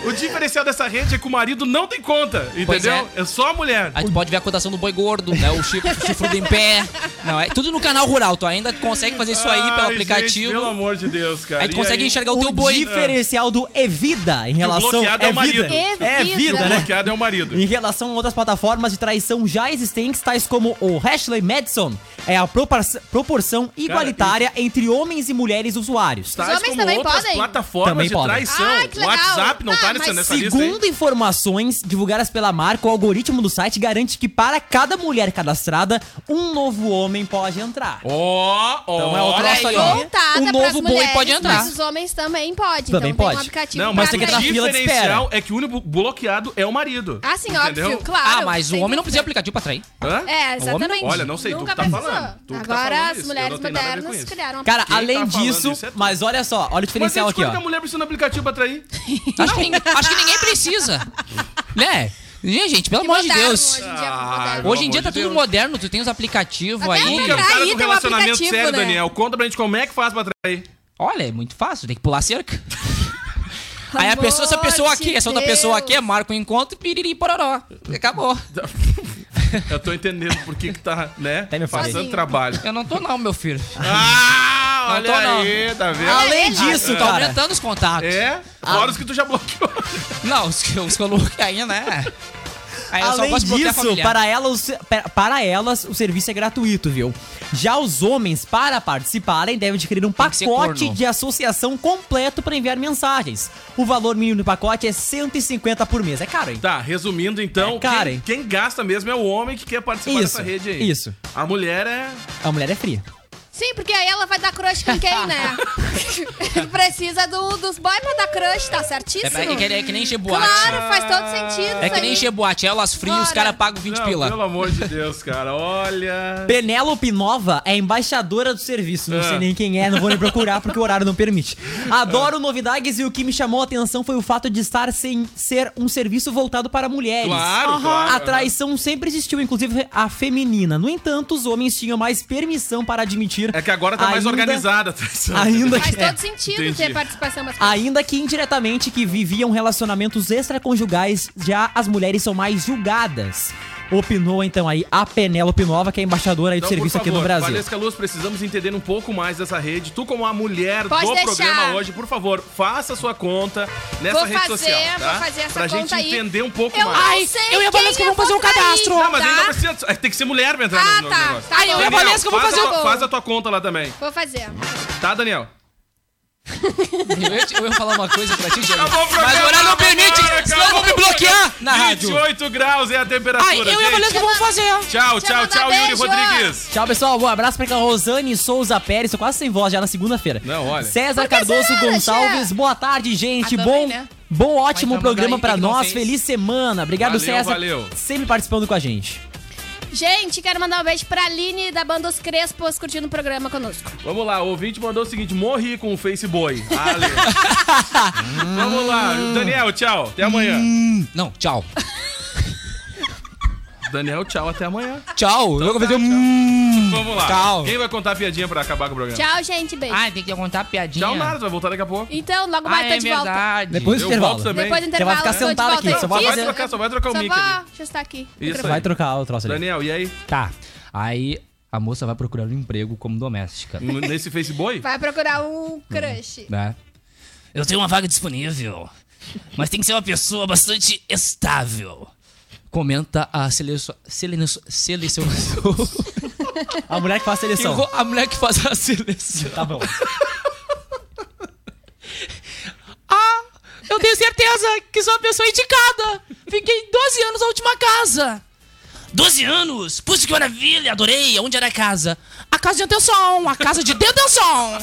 S11: O diferencial dessa rede é que o marido não tem conta,
S5: um- Pois
S11: entendeu? É. só a mulher.
S5: Aí tu pode ver a cotação do boi gordo, né? O chifre, chifrudo em pé. Não, é tudo no canal rural. Tu ainda consegue fazer isso aí pelo
S11: Ai, gente,
S5: aplicativo.
S11: pelo amor de Deus, cara.
S5: Aí tu
S11: E
S5: consegue enxergar o teu boi.
S13: diferencial do Evida em relação
S11: bloqueado é o
S13: Evida.
S11: marido.
S13: É
S11: O
S13: vida, né?
S11: bloqueado é o marido.
S13: Em relação a outras plataformas de traição já existentes, tais como o Ashley Madison, é a propor- proporção igualitária entre homens e mulheres usuários.
S11: Tais
S12: homens também
S11: outras
S12: podem?
S11: plataformas
S13: Também
S11: de
S13: podem.
S11: traição.
S12: Ai, que
S11: o
S12: legal.
S11: WhatsApp não
S12: Ah,
S11: tá nessa,
S12: mas
S11: nessa lista aí.
S13: Segundo informações divulgadas pela marca, o algoritmo do site garante que para cada mulher cadastrada, um novo homem pode entrar.
S11: Ó, ó.
S13: Então é outra
S12: Olha aí,
S13: historinha.
S12: voltada
S13: O
S12: pras
S13: novo boi
S12: mulheres,
S13: pode entrar.
S5: Tá.
S12: Mas os homens também podem.
S13: Também
S12: então tem
S13: pode.
S12: um aplicativo
S11: Não,
S12: pra
S11: mas o
S13: tem que entrar na
S12: atrair.
S13: fila de espera.
S11: diferencial é que o único bloqueado é o marido.
S12: Ah, sim,
S11: entendeu?
S12: óbvio, claro.
S5: Ah, mas o
S12: sem
S5: homem não
S12: dúvida.
S5: precisa de aplicativo pra trair.
S11: Hã?
S12: É,
S5: O homem não-
S12: exatamente.
S11: Olha, não sei, tu
S12: Nunca
S11: que tá
S12: precisou.
S11: falando. Tu que tá
S12: Agora
S11: falando
S12: as
S11: isso, eu
S12: mulheres
S11: não tenho nada a ver com
S12: modernas
S11: isso.
S12: criaram um
S13: Cara,
S12: aplicativo.
S13: além
S11: falando
S13: tá disso,
S11: isso é tudo.
S13: mas olha só, olha o
S11: Mas
S13: diferencial
S11: eles
S13: aqui,
S11: que a
S13: ó.
S11: mulher precisa do aplicativo pra trair.
S5: Acho que, ninguém- acho que ninguém precisa. Né? Ih, Gente, pelo
S12: Que
S5: amor de
S12: moderno
S5: Deus.
S12: hoje em dia,
S11: Ah,
S12: moderno.
S5: Hoje em
S11: Pelo
S5: dia tá
S11: amor de
S5: tudo
S11: Deus.
S5: moderno, tu tem os aplicativos
S12: Até
S5: aí.
S11: Tu que é um cara
S12: Trair
S11: com
S12: tem um
S11: relacionamento
S12: aplicativo,
S11: sério,
S12: né?
S11: Daniel. Conta pra gente como é que faz pra trair.
S5: Olha, é muito fácil, tem que pular cerca. Aí a
S12: Amor
S5: pessoa, essa pessoa aqui,
S12: de
S5: essa outra
S12: Deus.
S5: pessoa aqui, marca um encontro, piriri, pororó. Acabou.
S11: Eu tô entendendo por que que tá, né,
S13: me falei.
S11: passando
S12: Sozinho.
S11: trabalho.
S5: Eu não tô não, meu filho.
S11: Ah,
S5: Não
S11: olha
S5: tô, não.
S11: aí, tá vendo?
S13: Além disso,
S5: Tô
S13: cara.
S5: aumentando os contatos.
S11: É, fora os que tu já bloqueou.
S5: Não, os que, os que eu coloquei aí, né? Aí eu só
S13: Além
S5: posso bloquear
S13: disso,
S5: familiar.
S13: para elas, para elas, o serviço é gratuito, viu? Já os homens, para participarem, devem adquirir um
S5: que ser
S13: pacote
S5: corno.
S13: de associação completo para enviar mensagens. O valor mínimo do pacote é 150 por mês. É caro, hein?
S11: Tá, resumindo então,
S13: É, cara,
S11: quem,
S13: hein?
S11: quem gasta mesmo é o homem que quer participar
S13: Isso,
S11: dessa rede aí.
S13: isso.
S11: A mulher é...
S13: A mulher é fria.
S12: Sim, porque aí ela vai dar crush com quem, né? Precisa do- dos boys pra dar crush, tá certíssimo?
S5: É, que, é que nem encher boate.
S12: Claro, faz todo sentido.
S5: é
S12: isso
S5: que nem
S12: aí.
S5: encher boate. Elas frias, os
S12: Bora.
S5: caras pagam 20
S11: Não, Pelo
S5: pila.
S11: amor de Deus, cara, olha...
S13: Penélope Nova é embaixadora do serviço. Não
S11: Ah.
S13: sei nem quem é, não vou nem procurar porque o horário não permite. Adoro novidades e o que me chamou a atenção foi o fato de estar sem ser um serviço voltado para mulheres.
S11: Claro, claro.
S13: A traição sempre existiu, inclusive a feminina. No entanto, os homens tinham mais permissão para admitir.
S11: É que agora tá mais
S13: ainda-
S11: organizada a traição.
S13: Ainda
S12: Faz
S13: que, é,
S12: todo sentido
S11: Entendi.
S12: ter participação
S5: Ah,
S12: masculina.
S13: ainda que indiretamente que viviam relacionamentos extraconjugais, já as mulheres são mais julgadas. Opinou então aí a Penélope Nova, que é embaixadora aí do
S11: Então,
S13: serviço
S11: por
S13: aqui no
S11: favor,
S13: Brasil.
S11: Valesca Luz, precisamos entender um pouco mais dessa rede. Tu, como a mulher do
S12: Pode deixar.
S11: programa hoje, por favor, faça sua conta nessa
S12: Vou
S11: rede
S12: fazer,
S11: social. Tá?
S12: vou fazer essa
S11: pra gente
S12: conta aí.
S11: entender um pouco
S12: Eu
S11: mais.
S12: não sei
S5: eu e a
S12: quem
S5: Valesca
S12: eu
S5: vamos fazer
S12: vou
S5: um cadastro.
S12: trair,
S11: Não, mas
S12: tá?
S11: aí não precisa. Tem é que ser mulher pra entrar
S12: Ah,
S11: no, no
S12: tá,
S11: negócio.
S12: tá
S13: É,
S12: Ai, eu bom. e a
S11: Daniel,
S5: Valesca, eu vou
S11: faz
S5: fazer
S11: a tua-
S12: o-
S11: Faz a tua conta lá também.
S12: Vou fazer.
S11: Tá, Daniel?
S5: Eu ia, te- eu ia falar uma coisa pra ti, Diego.
S11: Acabou o programa,
S5: Mas o horário não
S11: acabou,
S5: permite, senão eu vou me
S11: acabou.
S5: bloquear na rádio.
S11: 28 graus é a temperatura,
S5: Ai, eu e a
S11: gente.
S5: Valesca vamos fazer.
S11: Tchau,
S12: Deixa eu
S11: tchau,
S12: mandar
S11: tchau, Yuri
S12: beijo.
S11: Rodrigues.
S13: Tchau, pessoal. Um abraço pra Rosane Souza Pérez. Tô quase sem voz já na segunda-feira.
S11: Não, olha.
S13: César Cardoso
S12: será,
S13: Gonçalves.
S12: tia?
S13: Boa tarde, gente.
S5: Ah, também,
S13: bom,
S5: né?
S13: bom, ótimo
S5: Vai, então, manda
S13: programa
S5: aí,
S13: pra
S5: quem não
S13: nós.
S5: fez?
S13: Feliz semana. Obrigado,
S11: Valeu,
S13: César.
S11: valeu.
S13: Sempre participando com a gente.
S12: Gente, quero mandar um beijo pra Aline da Banda Os Crespos curtindo o programa conosco.
S11: Vamos lá, o ouvinte mandou o seguinte, morri com o Faceboy. Ale. Vamos lá, Daniel, tchau. Até amanhã.
S5: Hum. Não, tchau.
S11: Daniel, tchau, até amanhã.
S5: Tchau. eu vou fazer um...
S11: Vamos lá.
S5: Então tá, Tchau.
S11: Quem vai contar a piadinha pra acabar com o programa?
S12: Tchau, gente. Beijo.
S5: Ai, tem que contar piadinha.
S11: Tchau, nada, tu vai voltar daqui a pouco.
S12: Então, logo mais
S5: Ah,
S12: tô
S5: é
S12: de volta.
S5: verdade.
S13: Depois do
S11: Eu volto
S13: intervalo.
S11: também.
S12: Depois do
S13: Você vai
S12: intervalo,
S13: ficar
S12: tô de
S13: sentado
S12: volta.
S13: aqui, só vai
S12: Isso,
S13: fazer-
S11: Vai trocar, só vai trocar o
S12: só
S11: mic
S12: vou
S11: ali.
S12: ajustar aqui.
S11: Isso
S13: Vai
S11: aí.
S13: trocar o troço ali.
S11: Daniel, e aí?
S5: Tá. Aí a moça vai procurar um emprego como doméstica.
S11: N- Nesse Faceboy?
S12: Vai procurar um crush.
S5: né? Eu tenho uma vaga disponível, mas tem que ser uma pessoa bastante estável. Comenta a seleção. Seleção.
S13: A mulher que faz a seleção.
S5: A mulher que faz a seleção.
S13: Tá bom.
S5: Ah, eu tenho certeza que sou a pessoa indicada. Fiquei 12 anos na última casa. 12 anos! Puxa, que maravilha! Adorei! Onde era a casa? A casa de Anderson! A casa de Dedenson!